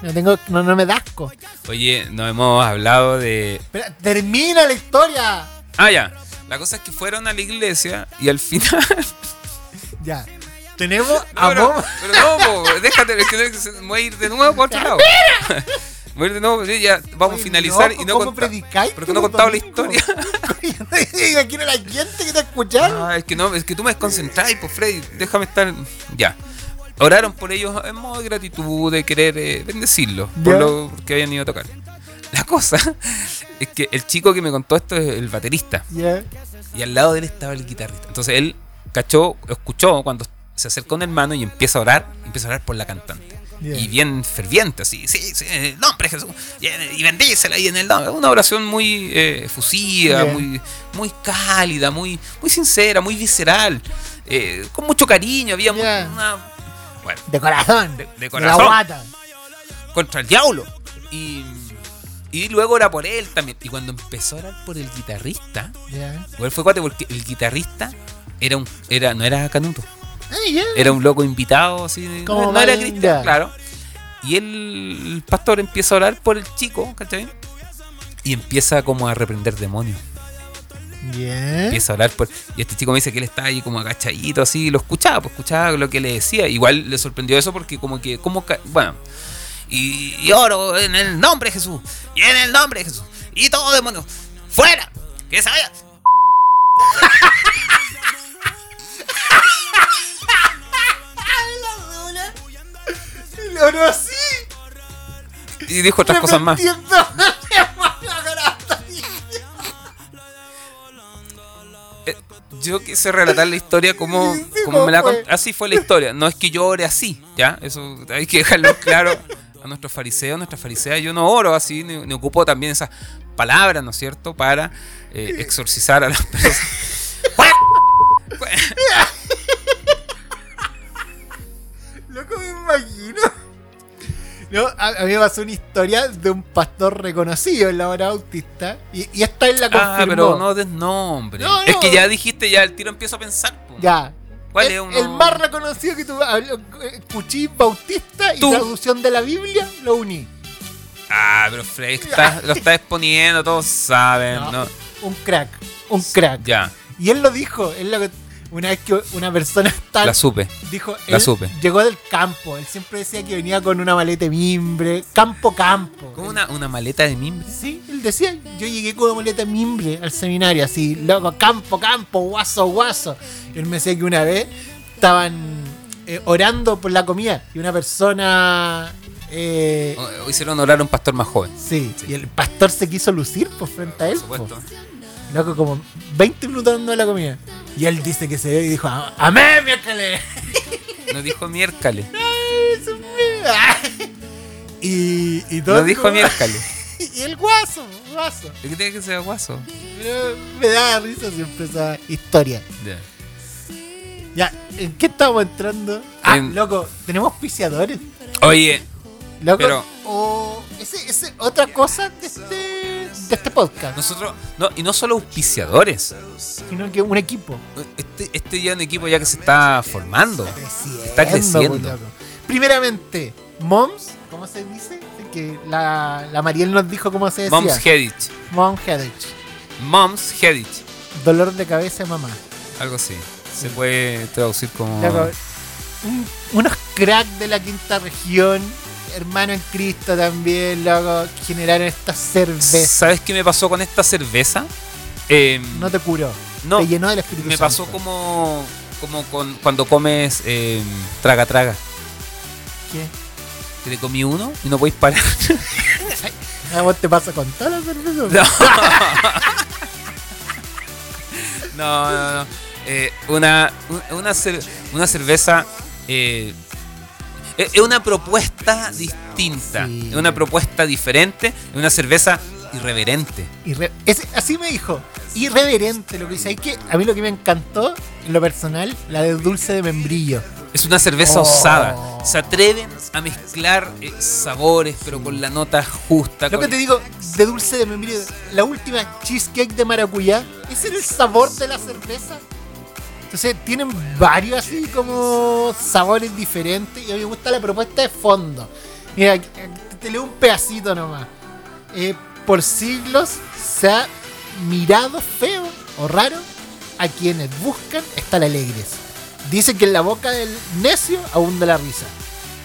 Speaker 3: No tengo, no, no me da asco.
Speaker 4: Oye, nos hemos hablado de
Speaker 3: Espera, termina la historia.
Speaker 4: Ah, ya. La cosa es que fueron a la iglesia y al final.
Speaker 3: Ya. Tenemos
Speaker 4: No,
Speaker 3: a
Speaker 4: pero,
Speaker 3: Bob-
Speaker 4: pero no, po, déjate, es que se- me voy a ir de nuevo para otro lado. Me voy a ir de nuevo, sí, ya vamos
Speaker 3: Oye,
Speaker 4: a finalizar
Speaker 3: loco,
Speaker 4: y no
Speaker 3: ¿cómo
Speaker 4: contar.
Speaker 3: predicáis
Speaker 4: Porque
Speaker 3: tú
Speaker 4: no
Speaker 3: los
Speaker 4: contaba la
Speaker 3: domingos?
Speaker 4: historia.
Speaker 3: Yo Quiero la gente que te escucharon.
Speaker 4: Ah, es que no, es que tú me desconcentrás, pues Freddy, déjame estar. Ya. Oraron por ellos en modo de gratitud, de querer eh, bendecirlos por
Speaker 3: Ya.
Speaker 4: lo que habían ido a tocar. La cosa es que el chico que me contó esto es el baterista.
Speaker 3: Ya.
Speaker 4: Y al lado de él estaba el guitarrista. Entonces él cachó, escuchó cuando se acercó un hermano y empieza a orar, empieza a orar por la cantante.
Speaker 3: Bien.
Speaker 4: Y bien ferviente, así, sí, sí, en el nombre de Jesús, y en- y bendícela y en el nombre. Una oración muy eh, efusiva,
Speaker 3: Bien.
Speaker 4: muy, muy cálida, muy, muy sincera, muy visceral, eh, con mucho cariño, había mu-
Speaker 3: Bien.
Speaker 4: una, bueno,
Speaker 3: De corazón.
Speaker 4: De- de
Speaker 3: la
Speaker 4: corazón.
Speaker 3: guata.
Speaker 4: contra el diablo. Y, y luego era por él también. Y cuando empezó a orar por el guitarrista,
Speaker 3: Ya.
Speaker 4: Igual fue cuate porque el guitarrista era un, era, no era canuto,
Speaker 3: Ah, ya.
Speaker 4: era un loco invitado, así, no-
Speaker 3: Como
Speaker 4: no, era
Speaker 3: banda.
Speaker 4: cristiano, claro. Y el, pastor empieza a orar por el chico, ¿cachai? Y empieza como a reprender demonios.
Speaker 3: Ya.
Speaker 4: Empieza a orar por. Y este chico me dice que él está ahí como agachadito, así, y lo escuchaba, pues escuchaba lo que le decía. Igual le sorprendió eso porque, como que, como. ca- Bueno. Y, y oro en el nombre de Jesús, y en el nombre de Jesús, y todo demonio, fuera, que se vaya.
Speaker 3: Lo oró así.
Speaker 4: Y dijo otras cosas más.
Speaker 3: repitiendo.
Speaker 4: Eh, Yo quise relatar la historia como,
Speaker 3: Sí,
Speaker 4: como me la
Speaker 3: fue.
Speaker 4: cont- Así fue la historia. No es que yo ore así, ¿ya? Eso hay que dejarlo claro a nuestros fariseos, nuestras fariseas. Yo no oro así, ni, ni ocupo también esas palabras, ¿no es cierto?, para eh, exorcizar a las personas.
Speaker 3: Loco, me imagino. No, a, a mí me pasó una historia de un pastor reconocido en la hora bautista. Y, y esta es la confirmó.
Speaker 4: Ah, pero no des nombre.
Speaker 3: No,
Speaker 4: Es
Speaker 3: no.
Speaker 4: que ya dijiste, ya el tiro empiezo a pensar. po.
Speaker 3: Ya.
Speaker 4: ¿Cuál
Speaker 3: el,
Speaker 4: es uno?
Speaker 3: el más reconocido que tú hablo- escuché Bautista y
Speaker 4: Tú.
Speaker 3: traducción de la Biblia, lo uní.
Speaker 4: Ah, pero Frey, está- lo está exponiendo, todos saben.
Speaker 3: No.
Speaker 4: ¿no?
Speaker 3: Un crack. Un crack.
Speaker 4: Ya,
Speaker 3: Y él lo dijo. Él lo, una vez que una persona tal
Speaker 4: la supe.
Speaker 3: dijo.
Speaker 4: la
Speaker 3: él
Speaker 4: supe.
Speaker 3: Llegó del campo. Él siempre decía que venía con una maleta de mimbre. Campo, campo.
Speaker 4: ¿Como una, una maleta de mimbre?
Speaker 3: Sí, él decía, yo llegué con una maleta de mimbre al seminario, así, loco, campo, campo, guaso, guaso. Y él me decía que una vez estaban, eh, orando por la comida. Y una persona. eh,
Speaker 4: O- o Hicieron orar a un pastor más joven.
Speaker 3: sí, y el pastor se quiso lucir por frente a
Speaker 4: Por
Speaker 3: él. po.
Speaker 4: supuesto.
Speaker 3: Loco, como 20 minutos dando la comida. Y él dice que se ve y dijo: "A- ¡Amén, miércoles!
Speaker 4: No dijo miércoles.
Speaker 3: Eso fue. y, y todo.
Speaker 4: No dijo
Speaker 3: como-
Speaker 4: miércoles.
Speaker 3: Y el guaso, guaso.
Speaker 4: ¿Y ¿Qué tiene que ser guaso?
Speaker 3: Pero me da risa siempre esa historia.
Speaker 4: Ya.
Speaker 3: Ya, ¿en qué estamos entrando? Ah,
Speaker 4: En-
Speaker 3: loco, tenemos piciadores.
Speaker 4: Oye,
Speaker 3: Loco,
Speaker 4: Pero-
Speaker 3: o ese, ese otra cosa de este, de este podcast,
Speaker 4: nosotros. No, y no solo auspiciadores.
Speaker 3: sino que un equipo.
Speaker 4: Este, este ya es un equipo ya que se está formando.
Speaker 3: Creciendo,
Speaker 4: Está creciendo.
Speaker 3: pues, loco. Primeramente, Moms, ¿cómo se dice? Que la, la Mariel nos dijo cómo se decía.
Speaker 4: Moms Hedich.
Speaker 3: Mom headache.
Speaker 4: Moms Hedich.
Speaker 3: Dolor de cabeza, de mamá.
Speaker 4: Algo así. Se puede traducir como.
Speaker 3: Loco,
Speaker 4: Ah.
Speaker 3: un- unos cracks de la quinta región, hermano en Cristo también, loco, que generaron esta cerveza.
Speaker 4: ¿Sabes qué me pasó con esta cerveza? Eh,
Speaker 3: No te curó,
Speaker 4: no,
Speaker 3: te llenó del espíritu
Speaker 4: me
Speaker 3: Santo.
Speaker 4: pasó como, como con, cuando comes eh, traga traga.
Speaker 3: ¿Qué?
Speaker 4: Que te comí uno y no podéis parar.
Speaker 3: ¿A Ah, vos te pasa con toda la cerveza?
Speaker 4: No, no, no. no. Eh, una, un- una, cer- una cerveza. eh, es es una propuesta distinta.
Speaker 3: Sí.
Speaker 4: Es una propuesta diferente. Es una cerveza irreverente.
Speaker 3: Irre- ese- así me dijo, irreverente lo que dice. Es que a mí lo que me encantó, en lo personal, la de dulce de membrillo.
Speaker 4: Es una cerveza
Speaker 3: Oh.
Speaker 4: osada. Se atreven a mezclar eh, sabores, pero con la nota justa.
Speaker 3: Lo que
Speaker 4: con-
Speaker 3: te digo, de dulce de membrillo, la última cheesecake de maracuyá, ese era el sabor de la cerveza. Entonces tienen varios así como sabores diferentes y a mí me gusta la propuesta de fondo. Mira, aquí- aquí te leo un pedacito nomás. Eh, por siglos se ha mirado feo o raro a quienes buscan estar alegres. Dicen que en la boca del necio abunda la risa.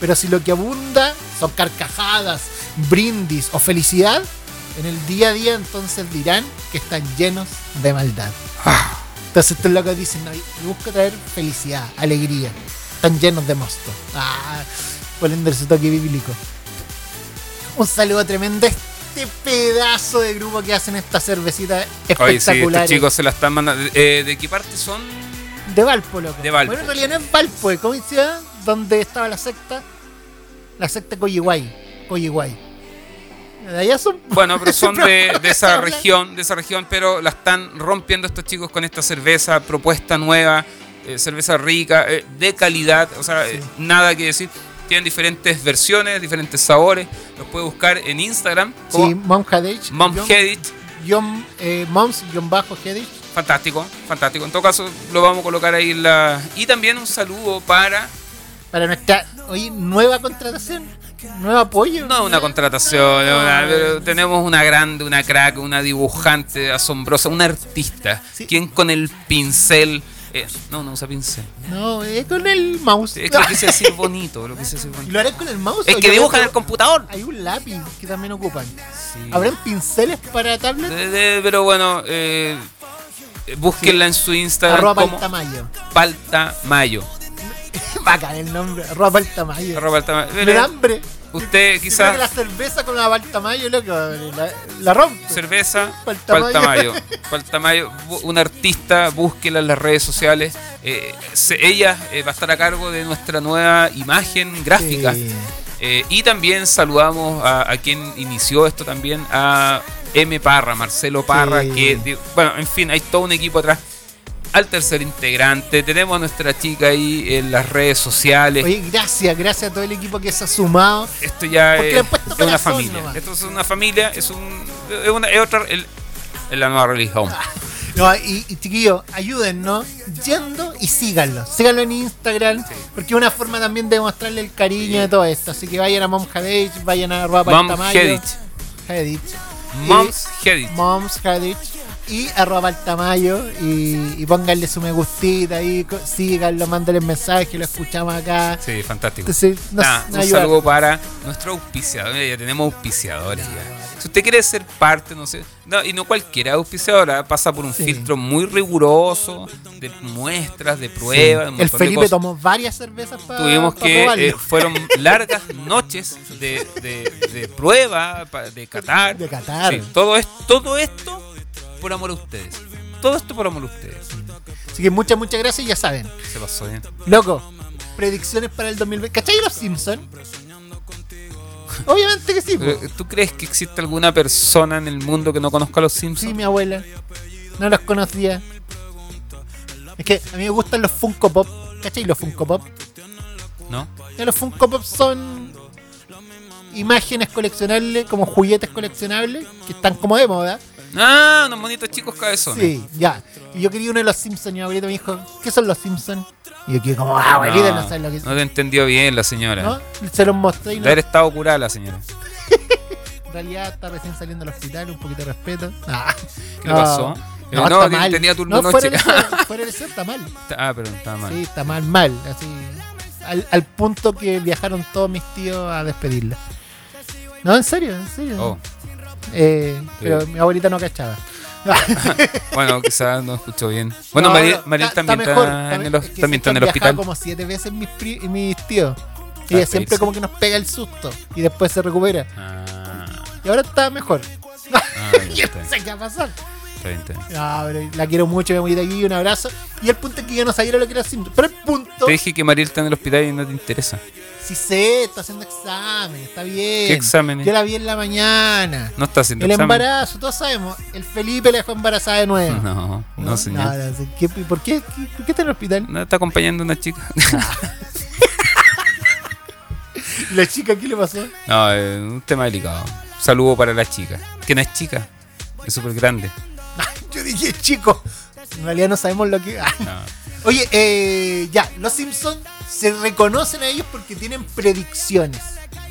Speaker 3: Pero si lo que abunda son carcajadas, brindis o felicidad, en el día a día entonces dirán que están llenos de maldad. Entonces estos locos dicen, no, yo busco traer felicidad, alegría. Están llenos de mosto. Ah, poniendo su toque bíblico. Un saludo tremendo a este pedazo de grupo que hacen estas cervecitas
Speaker 4: Oye, sí,
Speaker 3: espectaculares.
Speaker 4: estos chicos se la están mandando. Eh, ¿De qué parte son?
Speaker 3: De Valpo, loco.
Speaker 4: De Valpo.
Speaker 3: Bueno, en realidad no es Valpo, es Coincidencia, donde estaba la secta. La secta Coyiguay. Coyiguay. De allá son.
Speaker 4: Bueno, pero son de, de esa
Speaker 3: Habla.
Speaker 4: región, de esa región, pero la están rompiendo estos chicos con esta cerveza, propuesta nueva, eh, cerveza rica, eh, de calidad, o sea, eh, nada que decir. Tienen diferentes versiones, diferentes sabores. Los puedes buscar en Instagram como
Speaker 3: Sí, Mom Hadich.
Speaker 4: Mom
Speaker 3: guión-
Speaker 4: Hedit.
Speaker 3: guión, eh, Moms guión bajo Hadich.
Speaker 4: Fantástico, fantástico. En todo caso, lo vamos a colocar ahí en la. Y también un saludo para.
Speaker 3: Para nuestra hoy nueva contratación. Nuevo apoyo.
Speaker 4: No es una contratación, es una- pero tenemos una grande, una crack, una dibujante asombrosa, una artista.
Speaker 3: Sí.
Speaker 4: Quien con el pincel. eh, no, no usa pincel.
Speaker 3: No, es con el mouse.
Speaker 4: Es que lo quise decir bonito, lo quise decir bonito.
Speaker 3: ¿Lo harán con el mouse?
Speaker 4: Es
Speaker 3: o
Speaker 4: que
Speaker 3: yo
Speaker 4: dibujan en
Speaker 3: creo
Speaker 4: el computador.
Speaker 3: Hay un lápiz que también ocupan.
Speaker 4: Sí.
Speaker 3: ¿Habrán pinceles para tablet?
Speaker 4: De- de- pero bueno, eh, eh, búsquenla en su Instagram
Speaker 3: Arroba
Speaker 4: como
Speaker 3: Paltamayo.
Speaker 4: Paltamayo.
Speaker 3: Bacán el nombre. Arroba Paltamayo.
Speaker 4: Arroba Paltamayo.
Speaker 3: Me da hambre.
Speaker 4: Usted
Speaker 3: Yo creo
Speaker 4: quizás-
Speaker 3: que la cerveza con la Baltamayo, loco, la, la rompe.
Speaker 4: Cerveza,
Speaker 3: Paltamayo.
Speaker 4: Paltamayo. Paltamayo, bu- una artista, búsquela en las redes sociales. Eh, se- ella eh, va a estar a cargo de nuestra nueva imagen gráfica.
Speaker 3: Sí.
Speaker 4: Eh, y también saludamos a, a quien inició esto también, a M. Parra, Marcelo Parra,
Speaker 3: Sí.
Speaker 4: que, di- bueno, en fin, hay todo un equipo atrás. Al tercer integrante, tenemos a nuestra chica ahí en las redes sociales.
Speaker 3: Oye, gracias, gracias a todo el equipo que se ha sumado.
Speaker 4: Esto ya
Speaker 3: Porque
Speaker 4: es,
Speaker 3: le han puesto
Speaker 4: es una
Speaker 3: corazón
Speaker 4: familia.
Speaker 3: nomás.
Speaker 4: Esto es una familia, es un. Es, una, es otra. el- es la nueva religión.
Speaker 3: No, y, y chiquillos, ayúdennos yendo y síganlo. Síganlo en Instagram, porque es una forma también de mostrarle el cariño de todo esto. Así que vayan a Mom Hadich, vayan a arroba
Speaker 4: Mom
Speaker 3: Paltamayo.
Speaker 4: Hedich.
Speaker 3: Hadich.
Speaker 4: Moms Hedit.
Speaker 3: Moms Hadich. y arroba al Tamayo y, y pónganle su me gustita ahí, co- síganlo, mándenle mensaje, lo escuchamos acá.
Speaker 4: Sí, fantástico.
Speaker 3: Entonces, nos,
Speaker 4: Nada,
Speaker 3: nos
Speaker 4: un
Speaker 3: ayuda.
Speaker 4: saludo para nuestros auspiciadores. Ya tenemos auspiciadores ya. Si usted quiere ser parte, no sé, no, y no cualquiera auspiciadora, pasa por un
Speaker 3: Sí.
Speaker 4: filtro muy riguroso de muestras, de pruebas. de un
Speaker 3: El
Speaker 4: montón de
Speaker 3: Felipe
Speaker 4: cosas.
Speaker 3: tomó varias cervezas para
Speaker 4: Tuvimos que, eh, fueron largas noches de, de- de prueba, pa- de Qatar.
Speaker 3: De catar.
Speaker 4: todo, es, todo esto por amor a ustedes. Todo esto por amor a ustedes.
Speaker 3: Así que muchas, muchas gracias y ya saben.
Speaker 4: Se pasó ¿eh? bien.
Speaker 3: Loco, predicciones para el 2020. ¿Cachai los Simpsons? Obviamente que sí. po.
Speaker 4: Eh, ¿Tú crees que existe alguna persona en el mundo que no conozca a los Simpsons?
Speaker 3: Sí, mi abuela. No los conocía. Es que a mí me gustan los Funko Pop. ¿Cachai los Funko Pop?
Speaker 4: ¿No?
Speaker 3: Ya los Funko Pop son imágenes coleccionables, como juguetes coleccionables, que están como de moda.
Speaker 4: Ah, unos bonitos chicos cabezones.
Speaker 3: Sí, ya. Y yo quería uno de los Simpsons y mi abuelita me dijo, ¿qué son los Simpsons? Y yo quedé como, ah, abuelita, no, sabes lo que
Speaker 4: no te entendió bien la señora.
Speaker 3: ¿No? Se los mostré y no,
Speaker 4: De haber estado curada la señora.
Speaker 3: en realidad está recién saliendo del hospital, un poquito de respeto. Ah,
Speaker 4: ¿Qué le pasó? Eh,
Speaker 3: No, está
Speaker 4: te-
Speaker 3: mal.
Speaker 4: tenía turno
Speaker 3: no, fuera
Speaker 4: noche.
Speaker 3: de ser- fuera de ser está mal.
Speaker 4: ah, pero estaba mal.
Speaker 3: Sí, está mal, mal. Así, al, al punto que viajaron todos mis tíos a despedirla. No, en serio, en serio.
Speaker 4: Oh.
Speaker 3: Eh, pero
Speaker 4: Sí.
Speaker 3: mi abuelita no cachaba. Ah,
Speaker 4: Bueno, quizás no escuchó bien. Bueno,
Speaker 3: No,
Speaker 4: Mari-
Speaker 3: no,
Speaker 4: Mariel también está,
Speaker 3: mejor,
Speaker 4: en el,
Speaker 3: mejor.
Speaker 4: hos-
Speaker 3: Es que
Speaker 4: también está en el
Speaker 3: han viajado
Speaker 4: hospital.
Speaker 3: como siete veces mis, pri- mis tíos. Y ella
Speaker 4: Ah,
Speaker 3: siempre
Speaker 4: sí.
Speaker 3: como que nos pega el susto y después se recupera.
Speaker 4: Ah,
Speaker 3: Y ahora está mejor.
Speaker 4: ah,
Speaker 3: Y
Speaker 4: ya,
Speaker 3: yo
Speaker 4: está
Speaker 3: no
Speaker 4: bien,
Speaker 3: sé qué va a pasar.
Speaker 4: está bien, está
Speaker 3: No,
Speaker 4: bien.
Speaker 3: pero la quiero mucho, mi abuelita aquí, un abrazo. Y el punto es que yo no sabía lo que era Simpson. Pero el punto,
Speaker 4: Te dije que Mariel está en el hospital y no te interesa.
Speaker 3: si sé, está haciendo examen, está bien.
Speaker 4: ¿Qué exámenes?
Speaker 3: Yo la vi en la mañana.
Speaker 4: No está haciendo
Speaker 3: El
Speaker 4: examen.
Speaker 3: embarazo, todos sabemos. El Felipe la dejó embarazada de nuevo.
Speaker 4: No, no, señor.
Speaker 3: no, no, ¿qué- ¿Por qué, qué- por qué está en el hospital?
Speaker 4: No está acompañando a una chica.
Speaker 3: ¿La chica qué le pasó?
Speaker 4: No, es un tema delicado. Saludo para la chica. Que no es chica. Es súper grande.
Speaker 3: Yo dije, chico, en realidad no sabemos lo que.
Speaker 4: No.
Speaker 3: Oye, eh, ya, los Simpsons se reconocen a ellos porque tienen predicciones.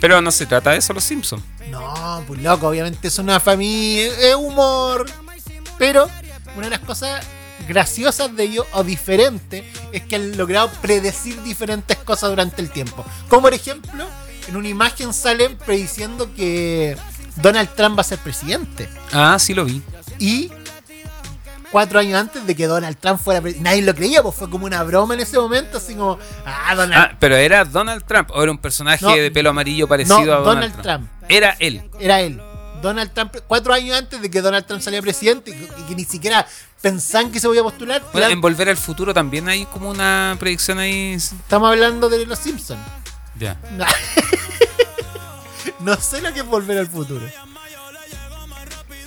Speaker 4: Pero no se trata de eso los Simpsons.
Speaker 3: No, pues loco, obviamente es una familia, es humor. Pero una de las cosas graciosas de ellos o diferentes es que han logrado predecir diferentes cosas durante el tiempo. Como por ejemplo, en una imagen salen prediciendo que Donald Trump va a ser presidente.
Speaker 4: Ah, sí lo vi.
Speaker 3: Y cuatro años antes de que Donald Trump fuera pre- nadie lo creía, pues fue como una broma en ese momento, así como, ah, Donald
Speaker 4: Ah, pero era Donald Trump. O era un personaje
Speaker 3: No,
Speaker 4: de pelo amarillo
Speaker 3: no,
Speaker 4: parecido a Donald,
Speaker 3: Donald
Speaker 4: Trump.
Speaker 3: Trump.
Speaker 4: Era él.
Speaker 3: era él. Donald Trump, cuatro años antes de que Donald Trump saliera presidente y que, y que ni siquiera pensaban que se podía postular,
Speaker 4: Bueno,
Speaker 3: Trump-
Speaker 4: en Volver al Futuro también hay como una predicción ahí.
Speaker 3: estamos hablando de los Simpsons.
Speaker 4: Ya.
Speaker 3: No sé lo que es volver al futuro.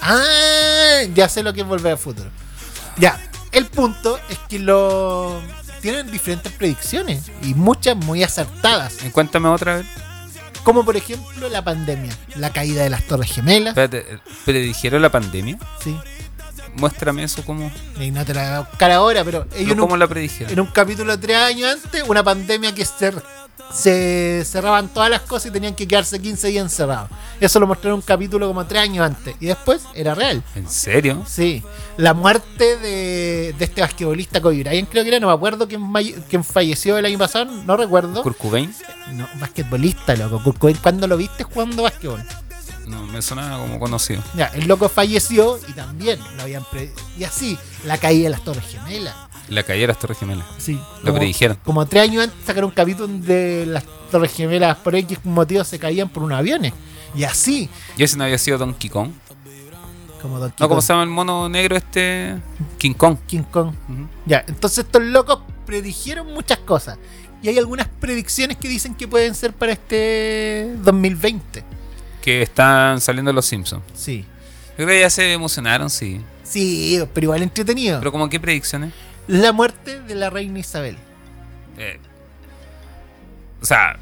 Speaker 3: Ah, ya sé lo que es volver al futuro. Ya, el punto es que lo tienen diferentes predicciones y muchas muy acertadas.
Speaker 4: Eh, Cuéntame otra vez.
Speaker 3: Como por ejemplo la pandemia, la caída de las Torres Gemelas.
Speaker 4: Espérate, eh, ¿predijeron la pandemia?
Speaker 3: Sí,
Speaker 4: Muéstrame eso como.
Speaker 3: y no te la voy a buscar ahora, pero ellos
Speaker 4: ¿Cómo
Speaker 3: nunca-
Speaker 4: la predijeron?
Speaker 3: en un capítulo de tres años antes, una pandemia que se, se cerraban todas las cosas y tenían que quedarse 15 días encerrados. Eso lo mostraron en un capítulo como tres años antes. Y después era real.
Speaker 4: ¿En serio?
Speaker 3: Sí. La muerte de, de este basquetbolista Kobe Bryant, creo que era, no me acuerdo quién, may- quién falleció el año pasado, no recuerdo.
Speaker 4: ¿Kurt Cobain?
Speaker 3: no, basquetbolista, loco. Kurt Cobain, ¿Cuándo lo viste jugando basquetbol?
Speaker 4: No, me sonaba como conocido.
Speaker 3: Ya, el loco falleció y también lo habían pre- Y así, la caída de las Torres Gemelas.
Speaker 4: La caída de las Torres Gemelas.
Speaker 3: Sí.
Speaker 4: Lo predijeron.
Speaker 3: Como tres años antes sacaron un capítulo de las Torres Gemelas por X motivo se caían por unos aviones. Y así,
Speaker 4: ¿Y ese no había sido Donkey Kong?
Speaker 3: como Don
Speaker 4: No, ¿cómo se llama el mono negro este? King Kong.
Speaker 3: King Kong.
Speaker 4: Ujú.
Speaker 3: Ya, entonces estos locos predijeron muchas cosas. Y hay algunas predicciones que dicen que pueden ser para este 2020.
Speaker 4: Que están saliendo los Simpsons.
Speaker 3: Sí.
Speaker 4: Yo creo que ya se emocionaron, sí.
Speaker 3: Sí, pero igual entretenido.
Speaker 4: Pero como qué predicciones?
Speaker 3: La muerte de la reina Isabel.
Speaker 4: Eh, o sea,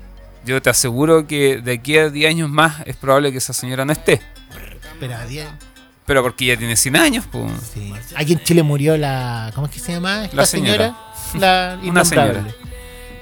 Speaker 4: yo te aseguro que de aquí a 10 años más es probable que esa señora no esté.
Speaker 3: Pero adiós.
Speaker 4: Pero porque ya tiene 100 años, pues.
Speaker 3: Sí. Aquí en Chile murió la. ¿Cómo es que se llama? Esta
Speaker 4: La señora.
Speaker 3: La
Speaker 4: Una señora.
Speaker 3: innombrable.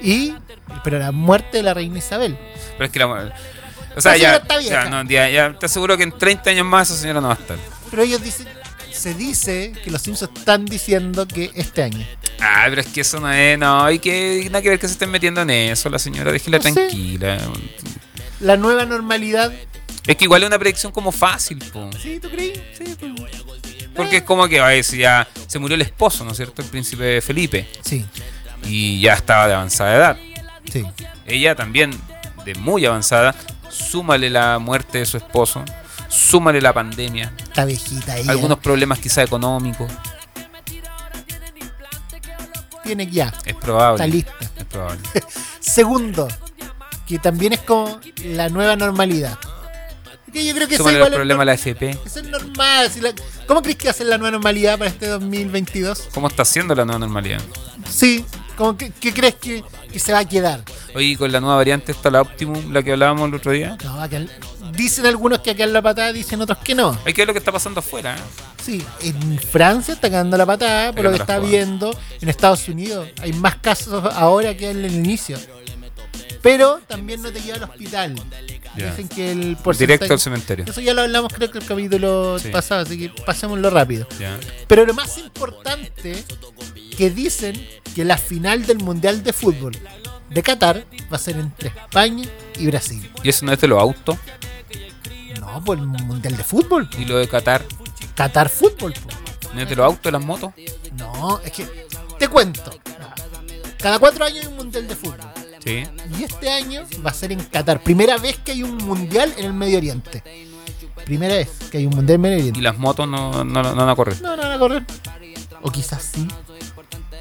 Speaker 3: Y. Pero la muerte de la reina Isabel.
Speaker 4: Pero es que la O sea,
Speaker 3: La señora
Speaker 4: ya,
Speaker 3: está vieja.
Speaker 4: ya, no, ya, ya te aseguro que en 30 años más esa señora no va a estar.
Speaker 3: Pero ellos dicen. se dice que los Simpsons están diciendo que este año.
Speaker 4: Ah, pero es que eso no es. No, hay que, nada que ver que se estén metiendo en eso. La señora, déjela
Speaker 3: No sé.
Speaker 4: tranquila.
Speaker 3: La nueva normalidad.
Speaker 4: Es que igual es una predicción como fácil, po.
Speaker 3: ¿Sí? ¿Tú creí? Sí. pues.
Speaker 4: Porque es como que, ay, si ya se murió el esposo, ¿no es cierto? El príncipe Felipe.
Speaker 3: Sí,
Speaker 4: Y ya estaba de avanzada edad.
Speaker 3: sí.
Speaker 4: Ella también, de muy avanzada, súmale la muerte de su esposo, súmale la pandemia,
Speaker 3: Está viejita ella.
Speaker 4: algunos problemas quizá económicos.
Speaker 3: Tiene ya.
Speaker 4: Es probable.
Speaker 3: Está lista.
Speaker 4: Es probable.
Speaker 3: Segundo, que también es como la nueva normalidad. Que yo creo que eso
Speaker 4: Súmale los
Speaker 3: igual es
Speaker 4: problemas a la FP.
Speaker 3: Eso es normal. si la- ¿Cómo crees que va a ser la nueva normalidad para este 2022?
Speaker 4: ¿Cómo está siendo la nueva normalidad?
Speaker 3: Sí. ¿Cómo que, ¿Qué crees que, que se va a quedar?
Speaker 4: Oye, y con la nueva variante está la Optimum, la que hablábamos el otro día.
Speaker 3: No, acá- dicen algunos que acá en la patada, dicen otros que no.
Speaker 4: Hay que ver lo que está pasando afuera. ¿eh?
Speaker 3: Sí, en Francia está cagando la patada, por lo que
Speaker 4: Está
Speaker 3: está
Speaker 4: cagando las
Speaker 3: viendo. En Estados Unidos hay más casos ahora que en el inicio. Pero también no te lleva al hospital.
Speaker 4: Ya.
Speaker 3: Dicen que el porcentaje...
Speaker 4: Directo al cementerio.
Speaker 3: Eso ya lo hablamos creo que el capítulo
Speaker 4: Sí.
Speaker 3: pasado, así que pasémoslo rápido.
Speaker 4: Ya.
Speaker 3: Pero lo más importante, que dicen que la final del Mundial de Fútbol de Qatar va a ser entre España y Brasil.
Speaker 4: Y eso no es de los autos
Speaker 3: No, pues el Mundial de Fútbol.
Speaker 4: y lo de Qatar.
Speaker 3: Qatar Fútbol. pues.
Speaker 4: No es de los autos, de las motos.
Speaker 3: No, es que te cuento. Cada cuatro años hay un mundial de fútbol.
Speaker 4: Sí.
Speaker 3: Y este año va a ser en Qatar. Primera vez que hay un mundial en el Medio Oriente. Primera vez que hay un mundial en el Medio
Speaker 4: Y
Speaker 3: Oriente.
Speaker 4: las motos no, no, no van a correr.
Speaker 3: No, no van a correr. O quizás sí.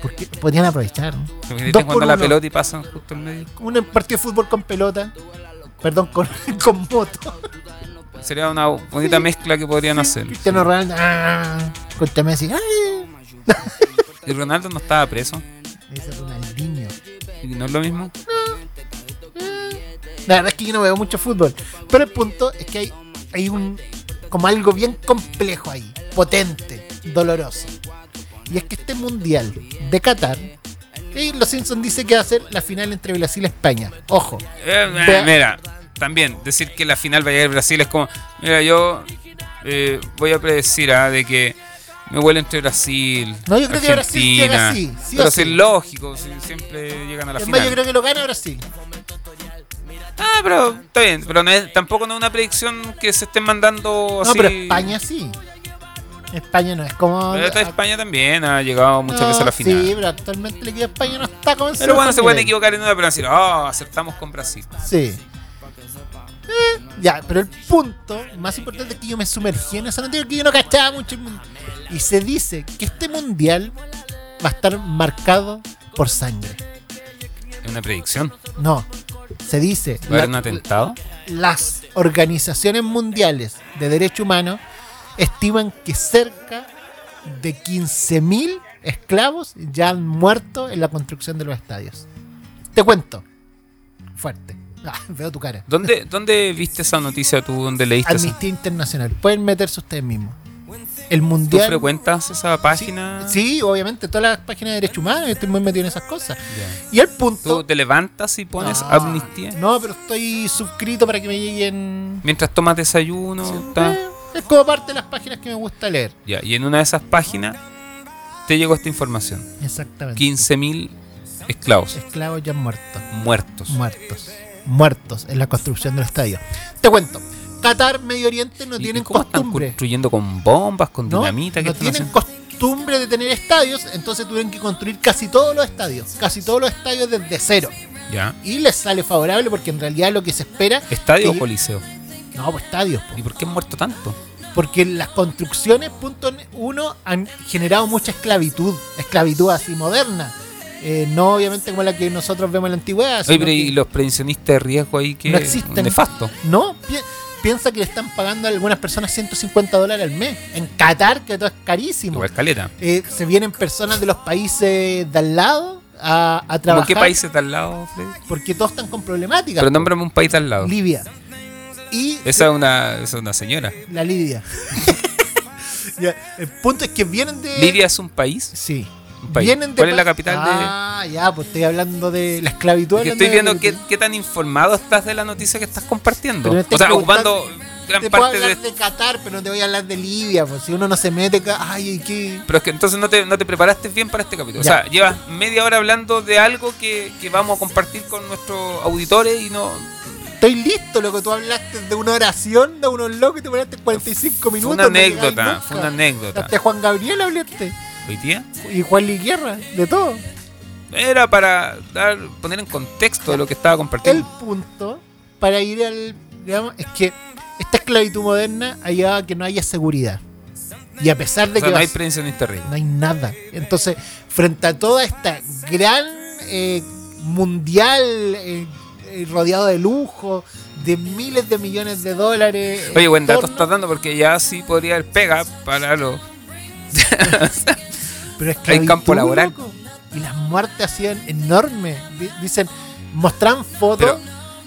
Speaker 3: Porque podrían aprovechar. ¿no?
Speaker 4: Porque
Speaker 3: Dos
Speaker 4: dicen
Speaker 3: por
Speaker 4: cuando la
Speaker 3: uno.
Speaker 4: pelota y pasan justo en medio.
Speaker 3: Un partido de fútbol con pelota. Perdón, con, con moto.
Speaker 4: Sería una bonita mezcla que podrían hacer.
Speaker 3: Cristiano Ronaldo. Ah, con Messi. ¡ay!
Speaker 4: Y Ronaldo no estaba preso.
Speaker 3: Ese Ronaldinho. Ah.
Speaker 4: ¿Y ¿No es lo mismo?
Speaker 3: La verdad es que yo no veo mucho fútbol. Pero el punto es que hay, hay un como algo bien complejo ahí, potente, doloroso. Y es que este mundial de Qatar, y los Simpsons dice que va a ser la final entre Brasil y España. Ojo,
Speaker 4: Eh, eh,
Speaker 3: Vea.
Speaker 4: mira, también decir que la final va a llegar a Brasil es como, mira, yo eh, voy a predecir ah, de que me vuelo entre Brasil.
Speaker 3: No, yo creo que Brasil llega
Speaker 4: Argentina.
Speaker 3: así, sí o
Speaker 4: pero
Speaker 3: sí.
Speaker 4: si es lógico, si siempre llegan a la
Speaker 3: es
Speaker 4: final.
Speaker 3: más, yo creo que lo gana Brasil.
Speaker 4: Ah, pero está bien, pero no es, tampoco no es una predicción que se estén mandando así.
Speaker 3: No, pero España sí. España no es como.
Speaker 4: Pero esta España también ha llegado muchas
Speaker 3: No,
Speaker 4: veces a la final.
Speaker 3: Sí, pero actualmente el equipo de España no está como en
Speaker 4: pero bueno, se
Speaker 3: semifinales.
Speaker 4: pueden equivocar en una, pero decir, oh, acertamos con Brasil.
Speaker 3: Sí. Eh, ya, pero el punto más importante es que yo me sumergí en eso, no digo que yo no cachaba mucho. el mundo. Y se dice que este mundial va a estar marcado por sangre.
Speaker 4: Es una predicción.
Speaker 3: No, se dice.
Speaker 4: ¿Va a haber
Speaker 3: la-
Speaker 4: un atentado?
Speaker 3: las organizaciones mundiales de derechos humanos estiman que cerca de 15.000 esclavos ya han muerto en la construcción de los estadios. Te cuento. Fuerte. Ah, veo tu cara.
Speaker 4: ¿Dónde, ¿Dónde viste esa noticia tú? ¿Dónde leíste esa?
Speaker 3: Amnistía Internacional. Pueden meterse ustedes mismos. El
Speaker 4: ¿Tú
Speaker 3: mundial.
Speaker 4: frecuentas esa página?
Speaker 3: Sí, obviamente, todas las páginas de derechos humanos, yo estoy muy metido en esas cosas.
Speaker 4: Ya.
Speaker 3: Y el
Speaker 4: ¿Tú
Speaker 3: punto.
Speaker 4: te levantas y pones
Speaker 3: No,
Speaker 4: amnistía?
Speaker 3: No, pero estoy suscrito para que me lleguen.
Speaker 4: Mientras tomas desayuno, ta.
Speaker 3: Eh, es como parte de las páginas que me gusta leer.
Speaker 4: Ya, y en una de esas páginas te llegó esta información.
Speaker 3: Exactamente.
Speaker 4: 15.000 esclavos
Speaker 3: Esclavos ya muertos.
Speaker 4: muertos.
Speaker 3: Muertos. Muertos en la construcción del estadio. Te cuento. Qatar, Medio Oriente no
Speaker 4: ¿Y- y
Speaker 3: tienen
Speaker 4: cómo Están
Speaker 3: costumbre.
Speaker 4: construyendo con bombas, con
Speaker 3: No,
Speaker 4: dinamita. ¿Qué
Speaker 3: no
Speaker 4: están
Speaker 3: tienen
Speaker 4: haciendo?
Speaker 3: costumbre de tener estadios, entonces tuvieron que construir casi todos los estadios, casi todos los estadios desde cero.
Speaker 4: Ya.
Speaker 3: Y les sale favorable porque en realidad lo que se espera.
Speaker 4: ¿Estadio
Speaker 3: que-
Speaker 4: o coliseo?
Speaker 3: No, pues estadios. po.
Speaker 4: ¿Y por qué han muerto tanto?
Speaker 3: Porque las construcciones, punto ne- uno, han generado mucha esclavitud, esclavitud así moderna. Eh, no obviamente como la que nosotros vemos en la antigüedad.
Speaker 4: Oye,
Speaker 3: sino
Speaker 4: pero ¿y
Speaker 3: que-
Speaker 4: los prevencionistas de riesgo ahí que
Speaker 3: No existen.
Speaker 4: Nefasto.
Speaker 3: No, pi- piensa que le están pagando a algunas personas 150 dólares al mes. En Qatar, que todo es carísimo.
Speaker 4: Igual caleta.
Speaker 3: Eh, se vienen personas de los países de al lado a, a
Speaker 4: ¿Por
Speaker 3: trabajar.
Speaker 4: qué países de al lado, Freddy?
Speaker 3: Porque todos están con problemáticas.
Speaker 4: Pero nómbrame un país de al lado.
Speaker 3: Libia. Y
Speaker 4: Esa es una, esa es una señora.
Speaker 3: la Libia. Ya, el punto es que vienen de.
Speaker 4: ¿Libia es un país?
Speaker 3: Sí.
Speaker 4: Un país.
Speaker 3: Vienen de
Speaker 4: ¿Cuál es la
Speaker 3: pa-
Speaker 4: capital
Speaker 3: Ah, ya, pues estoy hablando de la esclavitud.
Speaker 4: de.? Porque
Speaker 3: hablando
Speaker 4: estoy
Speaker 3: de-
Speaker 4: viendo qué, qué tan informado estás de la noticia que estás compartiendo.
Speaker 3: Pero no estoy
Speaker 4: O sea,
Speaker 3: preguntando-
Speaker 4: ocupando gran
Speaker 3: Te puedo
Speaker 4: parte de este-
Speaker 3: hablar de Qatar, pero no te voy a hablar de Libia, pues si uno no se mete, ca- ay, ¿y ¿qué?
Speaker 4: Pero es que entonces no te, no te preparaste bien para este capítulo.
Speaker 3: Ya.
Speaker 4: O sea, llevas media hora hablando de algo que, que vamos a compartir con nuestros auditores y no.
Speaker 3: Estoy listo, loco. Tú hablaste de una oración de unos locos y te paraste 45
Speaker 4: Fue
Speaker 3: minutos.
Speaker 4: una
Speaker 3: no llegáis
Speaker 4: anécdota,
Speaker 3: nunca.
Speaker 4: fue una anécdota.
Speaker 3: Hasta Juan Gabriel hablaste.
Speaker 4: Hoy día
Speaker 3: Y Juan Liguerra, de todo.
Speaker 4: era para dar, poner en contexto lo que estaba
Speaker 3: El
Speaker 4: compartiendo.
Speaker 3: punto para ir al. Digamos, es que esta esclavitud moderna ha llevado a que no haya seguridad. Y a pesar de
Speaker 4: O sea,
Speaker 3: que.
Speaker 4: no hay este
Speaker 3: vas-
Speaker 4: prevencionista rico.
Speaker 3: no hay nada. Entonces, frente a toda esta gran eh, mundial eh, eh, rodeado de lujo, de miles de millones de dólares.
Speaker 4: Oye, buen dato
Speaker 3: entorno,
Speaker 4: estás dando porque ya sí podría haber pega para los.
Speaker 3: Pero es
Speaker 4: Hay campo laboral.
Speaker 3: Y las muertes hacían enormes. Di- Dicen, mostraban
Speaker 4: Pero
Speaker 3: fotos.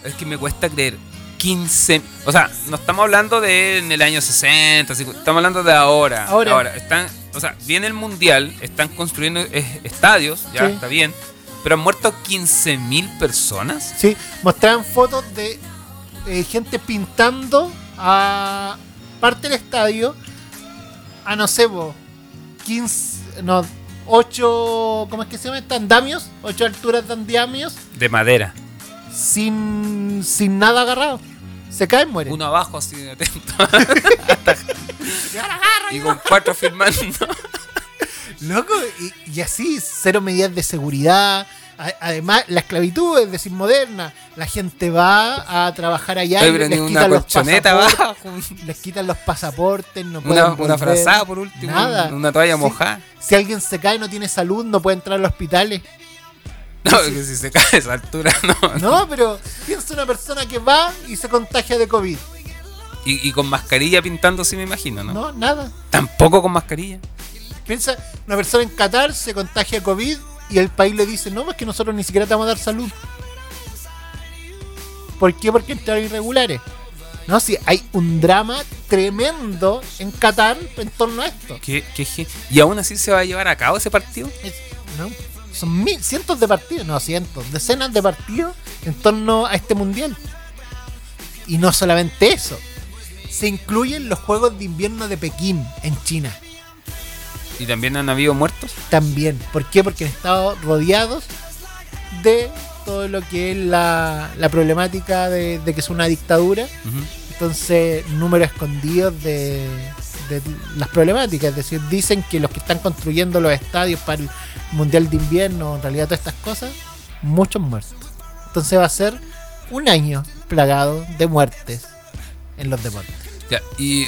Speaker 4: es que me cuesta creer. 15. O sea, no estamos hablando de en el año 60, 50, estamos hablando de ahora.
Speaker 3: Ahora.
Speaker 4: están, o sea, viene el mundial, están construyendo eh, estadios, ya
Speaker 3: Sí.
Speaker 4: está bien, pero han muerto 15.000 personas.
Speaker 3: Sí, mostraban fotos de eh, gente pintando a parte del estadio a no sé, po, 15, no, 8, ¿cómo es que se llama? Andamios, 8 alturas de andamios,
Speaker 4: De madera.
Speaker 3: sin, sin nada agarrado. Se caen, mueren.
Speaker 4: Uno abajo así de atento. y con cuatro firmando.
Speaker 3: Loco, y, y así, cero medidas de seguridad. A- Además, la esclavitud es decir moderna. La gente va a trabajar allá
Speaker 4: Oye,
Speaker 3: y
Speaker 4: pero
Speaker 3: les
Speaker 4: ni
Speaker 3: quitan
Speaker 4: una
Speaker 3: los
Speaker 4: colchoneta
Speaker 3: pasaportes.
Speaker 4: abajo.
Speaker 3: Les quitan los pasaportes, no pueden
Speaker 4: Una, una
Speaker 3: volver,
Speaker 4: frazada por último.
Speaker 3: Nada.
Speaker 4: Una toalla
Speaker 3: Sí.
Speaker 4: mojada.
Speaker 3: Si alguien se cae no tiene salud, no puede entrar a los hospitales.
Speaker 4: No, que si se cae a esa altura, no.
Speaker 3: No, pero piensa una persona que va y se contagia de COVID.
Speaker 4: Y, y con mascarilla pintando, sí me imagino, ¿no?
Speaker 3: No, nada.
Speaker 4: Tampoco con mascarilla.
Speaker 3: Piensa una persona en Qatar se contagia de COVID y el país le dice, no, es que nosotros ni siquiera te vamos a dar salud. ¿Por qué? Porque entraron irregulares. No, sí, hay un drama tremendo en Qatar en torno a esto.
Speaker 4: ¿Qué, qué gen- y aún así se va a llevar a cabo ese partido?
Speaker 3: Es- ¿no? Son mil- cientos de partidos, no cientos, decenas de partidos en torno a este mundial. Y no solamente eso, se incluyen los Juegos de Invierno de Pekín en China
Speaker 4: ¿Y también han habido muertos?
Speaker 3: también. ¿Por qué? Porque han estado rodeados de todo lo que es la, la problemática de, de que es una dictadura. Entonces, números escondidos de, de las problemáticas. Es decir, dicen que los que están construyendo los estadios para el Mundial de Invierno, en realidad todas estas cosas, muchos muertos. Entonces va a ser un año plagado de muertes en los deportes.
Speaker 4: Ya, y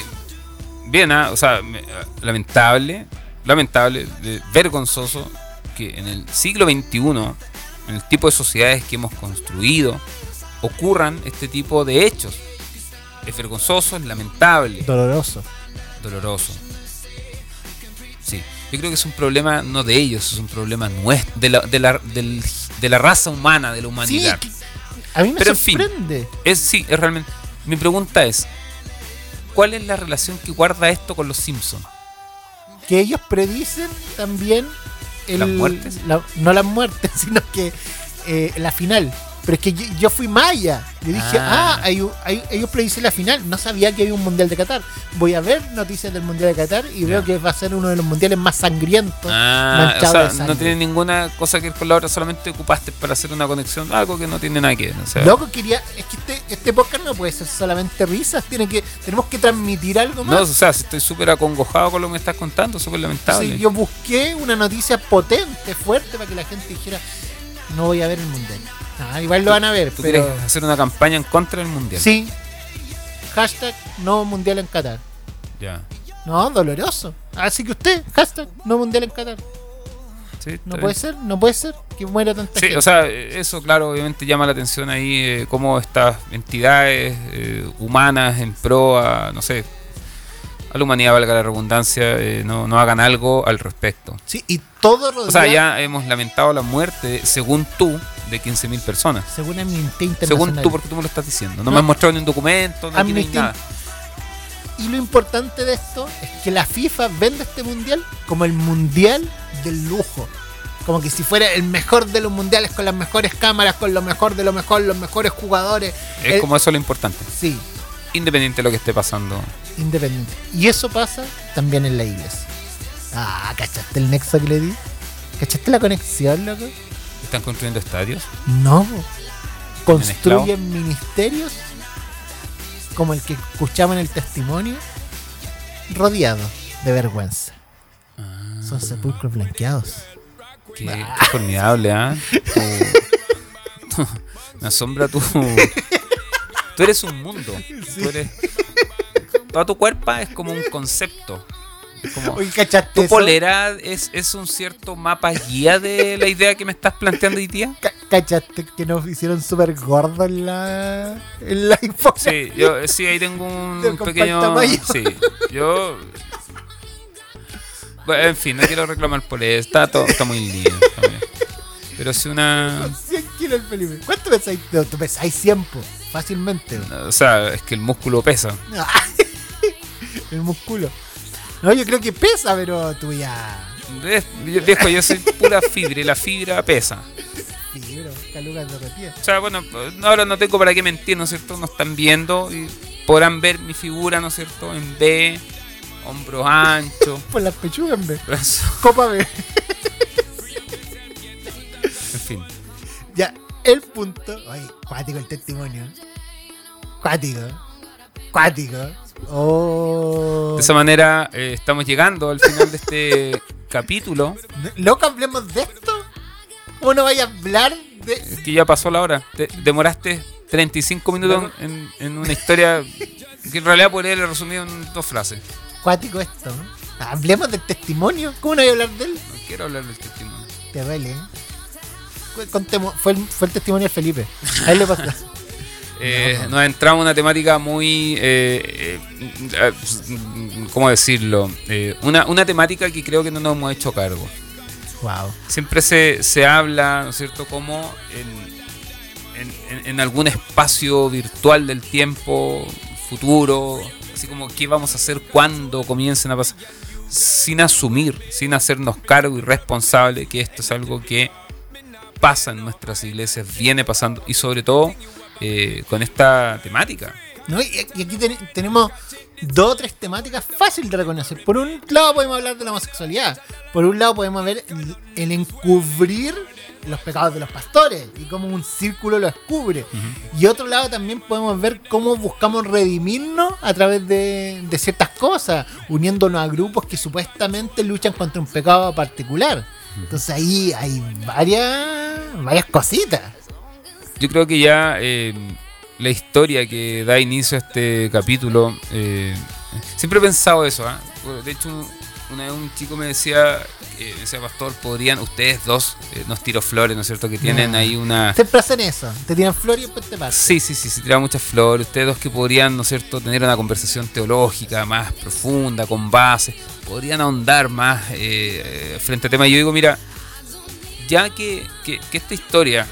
Speaker 4: bien, ah, o sea, me- ah, lamentable, lamentable, de- vergonzoso que en el siglo XXI, en el tipo de sociedades que hemos construido, ocurran este tipo de hechos. Es vergonzoso, es lamentable.
Speaker 3: Doloroso.
Speaker 4: doloroso. Sí, yo creo que es un problema no de ellos, es un problema nuestro, de la, de la, del- de la raza humana, de la
Speaker 3: Sí,
Speaker 4: humanidad.
Speaker 3: que- a mí me
Speaker 4: Pero en fin.
Speaker 3: sorprende.
Speaker 4: Es, sí, es realmente. Mi pregunta es: ¿cuál es la relación que guarda esto con los Simpsons?
Speaker 3: que ellos predicen también el-
Speaker 4: ¿Las muertes?
Speaker 3: la- no las muertes, sino que eh, la final. Pero es que yo, yo fui maya. Yo dije,
Speaker 4: Ah.
Speaker 3: ah, hay un- hay- ellos predicen la final. No sabía que había un mundial de Qatar. Voy a ver noticias del mundial de Qatar y veo que va a ser uno de los mundiales más sangrientos.
Speaker 4: Ah, o
Speaker 3: manchado de
Speaker 4: sea,
Speaker 3: sangre.
Speaker 4: no tiene ninguna cosa que ver con la otra, solamente ocupaste para hacer una conexión, algo que no tiene nada que ver. o sea,
Speaker 3: Loco, quería. Es que este, este podcast no puede ser solamente risas. Tiene que, tenemos que transmitir algo
Speaker 4: no, o
Speaker 3: más.
Speaker 4: sea, estoy súper acongojado con lo que me estás contando, súper lamentable.
Speaker 3: Sí, yo busqué una noticia potente, fuerte, para que la gente dijera: No voy a ver el mundial. Ah, igual lo van a ver,
Speaker 4: Tú
Speaker 3: pero.
Speaker 4: quieres hacer una campaña en contra del mundial.
Speaker 3: Sí. Hashtag no mundial en Qatar.
Speaker 4: Ya.
Speaker 3: No, doloroso. Así que usted, hashtag no mundial en Qatar.
Speaker 4: Sí, está
Speaker 3: No
Speaker 4: bien.
Speaker 3: puede ser, no puede ser que muera tanta
Speaker 4: Sí,
Speaker 3: gente.
Speaker 4: o sea, eh, eso, claro, obviamente llama la atención ahí eh, cómo estas entidades eh, humanas en pro a, no sé, a la humanidad, valga la redundancia, eh, no, no hagan algo al respecto.
Speaker 3: Sí, y todo
Speaker 4: O sea,
Speaker 3: rodeado,
Speaker 4: ya hemos lamentado la muerte, según tú, de 15.000 personas.
Speaker 3: según Amnistía Internacional.
Speaker 4: Según tú, porque tú me lo estás diciendo. No,
Speaker 3: No.
Speaker 4: me has mostrado ni un documento, no aquí ni
Speaker 3: Amnistía
Speaker 4: nada.
Speaker 3: Y lo importante de esto es que la FIFA vende este mundial como el mundial del lujo. Como que si fuera el mejor de los mundiales, con las mejores cámaras, con lo mejor de lo mejor, los mejores jugadores.
Speaker 4: Es
Speaker 3: El-
Speaker 4: como eso lo importante.
Speaker 3: Sí.
Speaker 4: independiente de lo que esté pasando.
Speaker 3: independiente. Y eso pasa también en la iglesia. Ah, ¿cachaste el nexo que le di? ¿Cachaste la conexión, loco?
Speaker 4: Están construyendo estadios.
Speaker 3: No. po. Construyen ministerios como el que escuchamos en el testimonio, rodeado de vergüenza.
Speaker 4: Ah.
Speaker 3: Son sepulcros blanqueados.
Speaker 4: Qué, qué formidable, ¿ah? Tú- Me asombra tu. Tú eres un mundo. Tú eres- Toda tu cuerpo es como un concepto. Es como-
Speaker 3: Oye, ¿cachaste
Speaker 4: Tu
Speaker 3: eso?
Speaker 4: polera es, es un cierto mapa guía de la idea que me estás planteando hoy día.
Speaker 3: Ca- ¿Cachaste que nos hicieron súper gordos en la, en la infografía?
Speaker 4: Sí, yo sí ahí tengo un,
Speaker 3: Te comparto
Speaker 4: pequeño.
Speaker 3: mayo.
Speaker 4: Sí, yo. Bueno, en fin, no quiero reclamar por eso. Está, todo, está muy lindo. está muy bien. Pero si una.
Speaker 3: 100 kilos el Felipe. ¿Cuánto pesáis? No, tú pesáis 100, po, fácilmente. po.
Speaker 4: O sea, es que el músculo pesa.
Speaker 3: el músculo. No, yo creo que pesa, pero tú ya.
Speaker 4: Ves, yo- Viejo, yo soy pura fibra y la fibra pesa.
Speaker 3: Fibro, caluga de repente.
Speaker 4: O sea, bueno, no- ahora no tengo para qué mentir, ¿no es cierto? Nos están viendo y podrán ver mi figura, ¿no es cierto? En B, hombros anchos,
Speaker 3: Por las pechugas, ve.
Speaker 4: brazos.
Speaker 3: Copa B.
Speaker 4: En fin.
Speaker 3: Ya, el punto. Ay, cuático el testimonio. Cuático. Cuático. Oh.
Speaker 4: De esa manera eh, estamos llegando al final de este capítulo.
Speaker 3: ¿Loco hablemos de esto? ¿Cómo no vaya a hablar de.?
Speaker 4: Es que ya pasó la hora. Te- demoraste 35 minutos en, en una historia que en realidad podría haber resumido en dos frases.
Speaker 3: Cuático esto. ¿no? Hablemos del testimonio. ¿Cómo no voy a hablar de él?
Speaker 4: No quiero hablar del testimonio.
Speaker 3: Te duele, ¿eh? Cu- contemos, fue, el, fue el testimonio de Felipe. A él le pasó.
Speaker 4: Eh, Nos entramos en una temática muy. eh, eh, ¿Cómo decirlo? Eh, una, una temática que creo que no nos hemos hecho cargo.
Speaker 3: wow.
Speaker 4: Siempre se, se habla, ¿no es cierto?, como en, en- en- en algún espacio virtual del tiempo futuro, así como qué vamos a hacer cuando comiencen a pasar, sin asumir, sin hacernos cargo y responsable que esto es algo que pasa en nuestras iglesias, viene pasando, y sobre todo eh, con esta temática.
Speaker 3: ¿no? Y, y aquí ten- tenemos dos o tres temáticas fáciles de reconocer. Por un lado podemos hablar de la homosexualidad, por un lado podemos ver el, el encubrir los pecados de los pastores y cómo un círculo los cubre. Y otro lado también podemos ver cómo buscamos redimirnos a través de, de ciertas cosas, uniéndonos a grupos que supuestamente luchan contra un pecado particular. Entonces ahí hay varias, varias cositas.
Speaker 4: Yo creo que ya eh, la historia que da inicio a este capítulo. eh, siempre he pensado eso. ¿ah? Bueno, De hecho, un- una vez un chico me decía, eh, me decía, Pastor, podrían ustedes dos, eh, nos tiro flores, ¿no es cierto? Que tienen
Speaker 3: Ya.
Speaker 4: ahí una.
Speaker 3: Siempre hacen eso, te tiran flores y después te pasan.
Speaker 4: Sí, sí, sí, se tiran muchas flores. Ustedes dos que podrían, ¿no es cierto?, tener una conversación teológica más profunda, con bases, podrían ahondar más eh, eh, frente a tema. Y yo digo, mira, ya que, que- que esta historia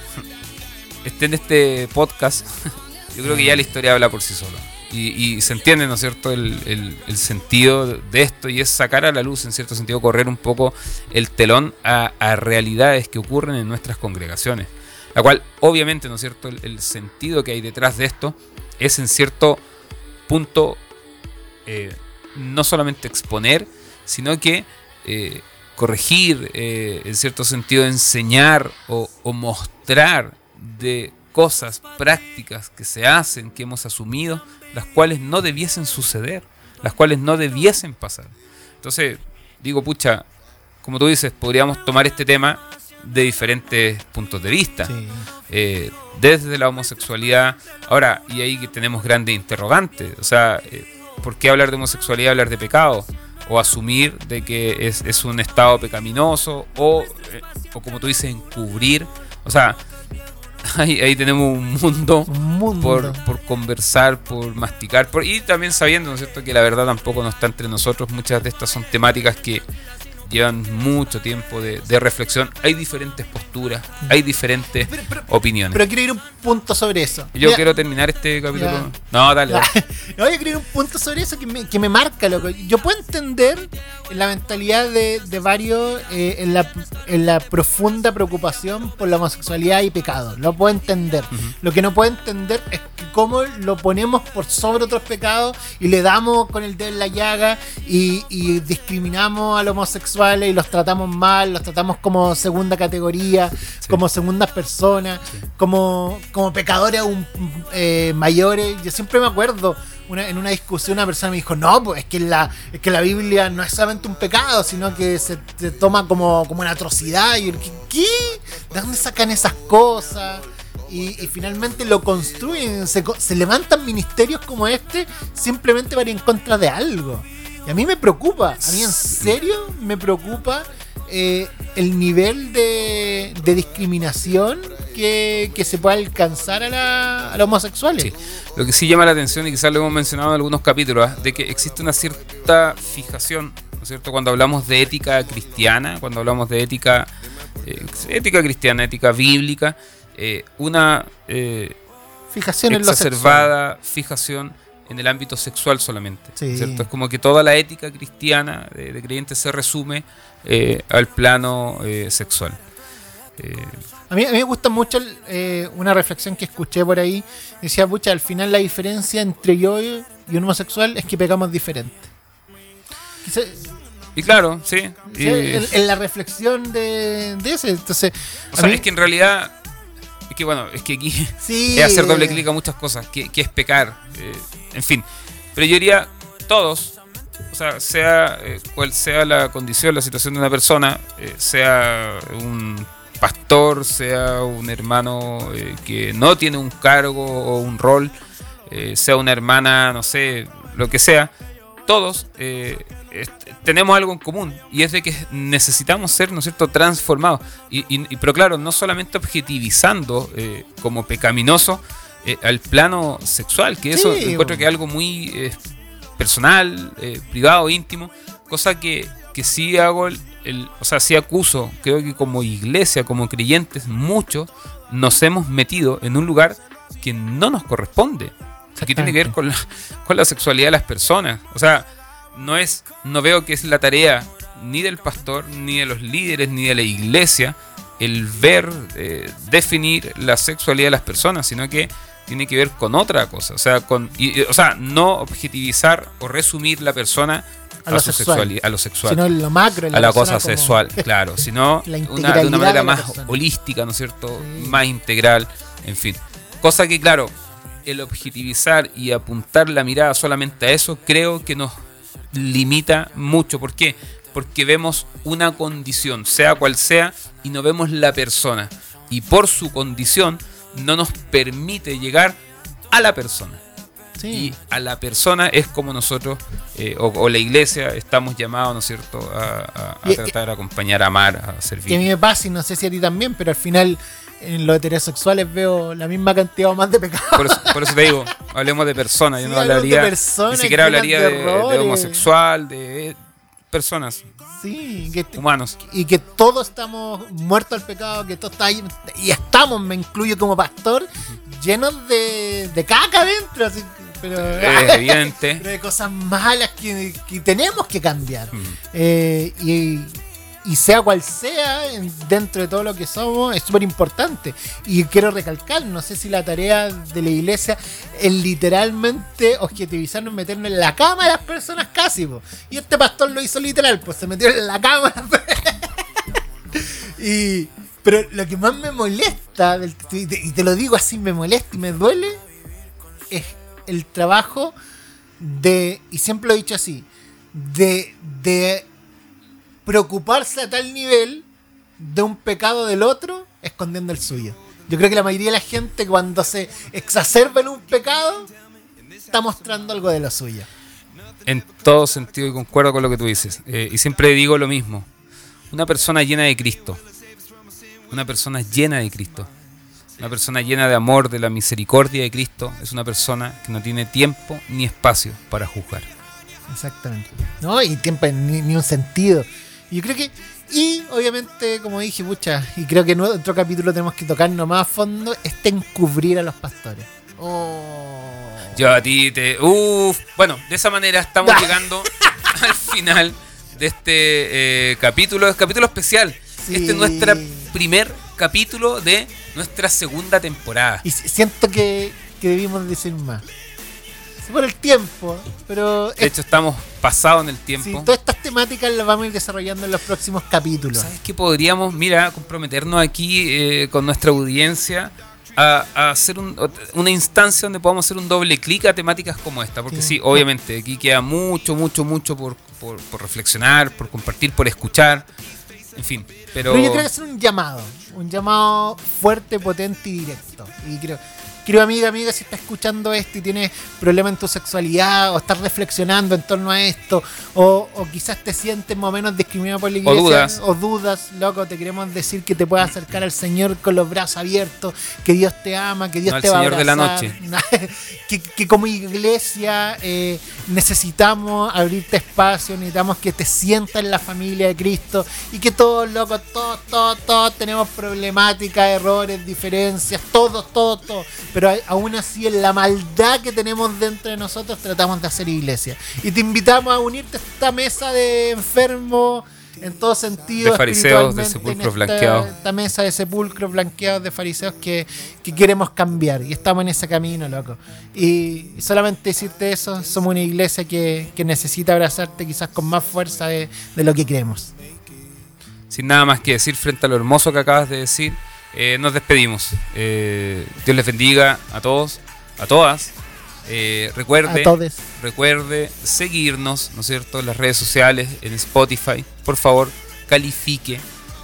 Speaker 4: esté en este podcast, yo creo que ya la historia habla por sí sola. Y, y se entiende, ¿no es cierto?, el, el- el sentido de esto y es sacar a la luz, en cierto sentido, correr un poco el telón a, a realidades que ocurren en nuestras congregaciones. La cual, obviamente, ¿no es cierto?, el, el sentido que hay detrás de esto es en cierto punto eh, no solamente exponer, sino que eh, corregir, eh, en cierto sentido enseñar o, o mostrar de cosas prácticas que se hacen, que hemos asumido, las cuales no debiesen suceder, las cuales no debiesen pasar. Entonces, digo, pucha, como tú dices, podríamos tomar este tema de diferentes puntos de vista
Speaker 3: Sí.
Speaker 4: eh, desde la homosexualidad. Ahora, y ahí que tenemos grandes interrogantes. O sea, eh, ¿por qué hablar de homosexualidad, hablar de pecado? O asumir de que es, es un estado pecaminoso, o, eh, o como tú dices, encubrir. O sea, ahí, ahí tenemos un mundo
Speaker 3: Un mundo.
Speaker 4: por, por conversar, por masticar, por, y también sabiendo, ¿no es cierto?, que la verdad tampoco no está entre nosotros. Muchas de estas son temáticas que llevan mucho tiempo de, de reflexión. Hay diferentes posturas, hay diferentes
Speaker 3: Mm. Pero- pero-
Speaker 4: opiniones.
Speaker 3: Pero quiero ir un punto sobre eso.
Speaker 4: Yo
Speaker 3: Mira,
Speaker 4: quiero terminar este capítulo.
Speaker 3: Ya.
Speaker 4: No, dale.
Speaker 3: la-
Speaker 4: dale.
Speaker 3: No, yo creo un punto sobre eso que me, que me marca, loco. Yo puedo entender la mentalidad de, de varios eh, en, la, en la profunda preocupación por la homosexualidad y pecado. Lo puedo entender. Lo que no puedo entender es que cómo lo ponemos por sobre otros pecados y le damos con el dedo en la llaga y, y discriminamos a los homosexuales y los tratamos mal, los tratamos como segunda categoría, como segundas personas, como, como pecadores aún eh, mayores. Yo siempre me acuerdo una- en una discusión una persona me dijo, no, pues es que la, es que la Biblia no es solamente un pecado, sino que se, se toma como, como una atrocidad. Y yo, ¿qué? ¿qué? ¿De dónde sacan esas cosas? Y, y finalmente lo construyen, se, co- se levantan ministerios como este simplemente para ir en contra de algo. Y a mí me preocupa, a mí en serio me preocupa eh, el nivel de, de discriminación que, que se puede alcanzar a, la- a los homosexuales.
Speaker 4: Sí. Lo que sí llama la atención, y quizás lo hemos mencionado en algunos capítulos, ¿ah? de que existe una cierta fijación, ¿no es cierto? Cuando hablamos de ética cristiana, cuando hablamos de ética, eh, ética cristiana, ética bíblica, eh, una eh,
Speaker 3: Fijación en lo sexual.
Speaker 4: exacerbada fijación en el ámbito sexual solamente.
Speaker 3: Sí.
Speaker 4: ¿cierto? Es como que toda la ética cristiana de, de creyentes se resume eh, al plano eh, sexual. Eh,
Speaker 3: A mí, a mí me gusta mucho el, eh, una reflexión que escuché por ahí. Decía, pucha, al final la diferencia entre yo y un homosexual es que pegamos diferente. Quizá-
Speaker 4: y claro, sí.
Speaker 3: sí,
Speaker 4: y-
Speaker 3: en, en la reflexión de, de ese. Entonces,
Speaker 4: O
Speaker 3: a
Speaker 4: sea,
Speaker 3: mí-
Speaker 4: es que en realidad. Es que bueno, es que aquí
Speaker 3: sí,
Speaker 4: es hacer doble
Speaker 3: eh,
Speaker 4: clic a muchas cosas, que, que es pecar. eh, en fin. Pero yo diría, todos, o sea, sea eh, cual sea la condición, la situación de una persona, eh, sea un pastor, sea un hermano eh, que no tiene un cargo o un rol, eh, sea una hermana, no sé, lo que sea, todos eh, est- tenemos algo en común y es de que necesitamos ser, ¿no es cierto?, transformados. Y, y- y- pero claro, no solamente objetivizando eh, como pecaminoso eh, al plano sexual, que eso
Speaker 3: Sí,
Speaker 4: encuentro
Speaker 3: bueno.
Speaker 4: que es algo muy eh, personal, eh, privado, íntimo, cosa que, que sí hago, el, el- o sea, sí acuso, creo que como iglesia, como creyentes, muchos nos hemos metido en un lugar que no nos corresponde. O sea, que tiene que ver con la, con la sexualidad de las personas. O sea, no es, no veo que es la tarea ni del pastor, ni de los líderes, ni de la iglesia el ver, eh, definir la sexualidad de las personas, sino que tiene que ver con otra cosa. O sea, con, y- y- o sea no objetivizar o resumir la persona
Speaker 3: A
Speaker 4: a,
Speaker 3: lo
Speaker 4: su
Speaker 3: sexual.
Speaker 4: sexualidad, a lo sexual
Speaker 3: sino en lo macro. en
Speaker 4: a la
Speaker 3: persona
Speaker 4: cosa
Speaker 3: como-
Speaker 4: sexual, claro, sino
Speaker 3: La
Speaker 4: una, de una
Speaker 3: integralidad
Speaker 4: manera
Speaker 3: de la
Speaker 4: más
Speaker 3: persona.
Speaker 4: holística, ¿no es cierto?
Speaker 3: Sí.
Speaker 4: Más integral, en fin. Cosa que, claro, el objetivizar y apuntar la mirada solamente a eso creo que nos limita mucho. ¿Por qué? Porque vemos una condición, sea cual sea, y no vemos la persona. Y por su condición no nos permite llegar a la persona
Speaker 3: Sí.
Speaker 4: y a la persona es como nosotros eh, o, o la iglesia estamos llamados, ¿no es cierto?, a, a- a
Speaker 3: Y-
Speaker 4: tratar, a acompañar, a amar, a
Speaker 3: que a mí
Speaker 4: servir.
Speaker 3: me pasa y no sé si a ti también, pero al final en los heterosexuales veo la misma cantidad o más de pecados.
Speaker 4: Por eso, por eso te digo, hablemos de personas, yo
Speaker 3: Sí,
Speaker 4: no
Speaker 3: hablemos de
Speaker 4: hablaría,
Speaker 3: personas,
Speaker 4: ni siquiera
Speaker 3: llenas de
Speaker 4: hablaría de, de
Speaker 3: errores.
Speaker 4: homosexual, de eh, personas,
Speaker 3: Sí, que,
Speaker 4: humanos.
Speaker 3: y que todos estamos muertos al pecado, que todos está lleno- y estamos, me incluyo como pastor, llenos de, de caca adentro, así, pero,
Speaker 4: Es evidente.
Speaker 3: pero de cosas malas que, que tenemos que cambiar.
Speaker 4: Mm.
Speaker 3: Eh, y, y sea cual sea, en- dentro de todo lo que somos, es súper importante. Y quiero recalcar, no sé si la tarea de la iglesia es literalmente objetivizarnos, meternos en la cama de las personas casi. po. Y este pastor lo hizo literal, pues se metió en la cama. y, pero lo que más me molesta, del- y te- y te lo digo así, me molesta y me duele, es el trabajo de, y siempre lo he dicho así, de, de preocuparse a tal nivel de un pecado del otro escondiendo el suyo. Yo creo que la mayoría de la gente cuando se exacerba en un pecado está mostrando algo de lo suyo.
Speaker 4: En todo sentido y concuerdo con lo que tú dices. Eh, y siempre digo lo mismo. Una persona llena de Cristo. Una persona llena de Cristo. Una persona llena de amor, de la misericordia de Cristo. Es una persona que no tiene tiempo ni espacio para juzgar.
Speaker 3: Exactamente. No, y tiempo en ni, ni un sentido. Y Yo creo que. Y obviamente, como dije, pucha, y creo que en otro capítulo tenemos que tocarnos más a fondo, es encubrir a los pastores. Oh.
Speaker 4: Yo a ti te. Uf. Bueno, de esa manera estamos
Speaker 3: Ah.
Speaker 4: llegando al final de este eh, capítulo. Es capítulo especial.
Speaker 3: Sí.
Speaker 4: Este es nuestro primer capítulo de nuestra segunda temporada.
Speaker 3: Y si- siento que, que debimos decir más. Sí, Por el tiempo, pero
Speaker 4: De
Speaker 3: es-
Speaker 4: hecho, estamos pasados en el
Speaker 3: sí,
Speaker 4: tiempo.
Speaker 3: todas estas temáticas las vamos a ir desarrollando en los próximos capítulos.
Speaker 4: ¿Sabes qué podríamos, mira, comprometernos aquí eh, con nuestra audiencia a, a hacer un- una instancia donde podamos hacer un doble clic a temáticas como esta? Porque
Speaker 3: Sí.
Speaker 4: sí, obviamente, aquí queda mucho, mucho, mucho por, por- por reflexionar, por compartir, por escuchar, en fin. Pero,
Speaker 3: Pero yo creo que hacer un llamado, un llamado fuerte, potente y directo. Y creo, creo amiga, amiga, si estás escuchando esto y tienes problemas en tu sexualidad, o estás reflexionando en torno a esto, o, o quizás te sientes más o menos discriminado por la iglesia,
Speaker 4: dudas.
Speaker 3: o dudas, loco, te queremos decir que te puedes acercar al Señor con los brazos abiertos, que Dios te ama, que Dios
Speaker 4: No al
Speaker 3: te va a
Speaker 4: Señor de la
Speaker 3: abrazar.
Speaker 4: noche.
Speaker 3: que, que como iglesia eh, necesitamos abrirte espacio, necesitamos que te sientas en la familia de Cristo y que todos, locos, todos, todos, todos tenemos problemáticas, errores, diferencias, todos, todos, todos. Pero a- aún así, en la maldad que tenemos dentro de nosotros, tratamos de hacer iglesia. Y te invitamos a unirte a esta mesa de enfermos. En todo sentido,
Speaker 4: De fariseos, de
Speaker 3: espiritualmente,
Speaker 4: sepulcros
Speaker 3: en esta-
Speaker 4: blanqueados.
Speaker 3: esta mesa de sepulcros blanqueados de fariseos que, que queremos cambiar y estamos en ese camino, loco. Y solamente decirte eso, somos una iglesia que, que necesita abrazarte quizás con más fuerza de, de lo que creemos.
Speaker 4: sin nada más que decir frente a lo hermoso que acabas de decir, eh, nos despedimos. Eh, Dios les bendiga a todos, a todas. Eh, recuerde,
Speaker 3: A todos.
Speaker 4: recuerde seguirnos, ¿no es cierto?, en las redes sociales, en Spotify. Por favor, califique.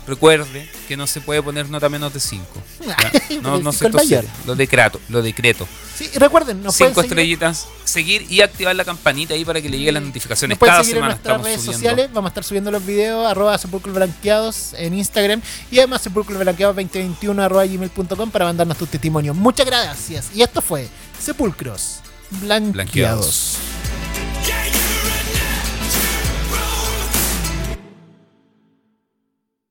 Speaker 4: Recuerde que no se puede poner nota menos de 5. No, no se
Speaker 3: Con mayor.
Speaker 4: tose, lo decreto, lo decreto.
Speaker 3: Sí, y recuerden, nos
Speaker 4: Cinco
Speaker 3: pueden seguir,
Speaker 4: estrellitas, seguir y activar la campanita ahí para que le lleguen las notificaciones.
Speaker 3: nos pueden
Speaker 4: Cada
Speaker 3: seguir en
Speaker 4: semana
Speaker 3: nuestras
Speaker 4: estamos
Speaker 3: redes
Speaker 4: subiendo.
Speaker 3: sociales, vamos a estar subiendo los videos, arroba sepulcros blanqueados en Instagram y además sepulcros blanqueados 2021 arroba gmail.com para mandarnos tus testimonios. Muchas gracias. Y esto fue Sepulcros
Speaker 4: Blanqueados.
Speaker 3: blanqueados.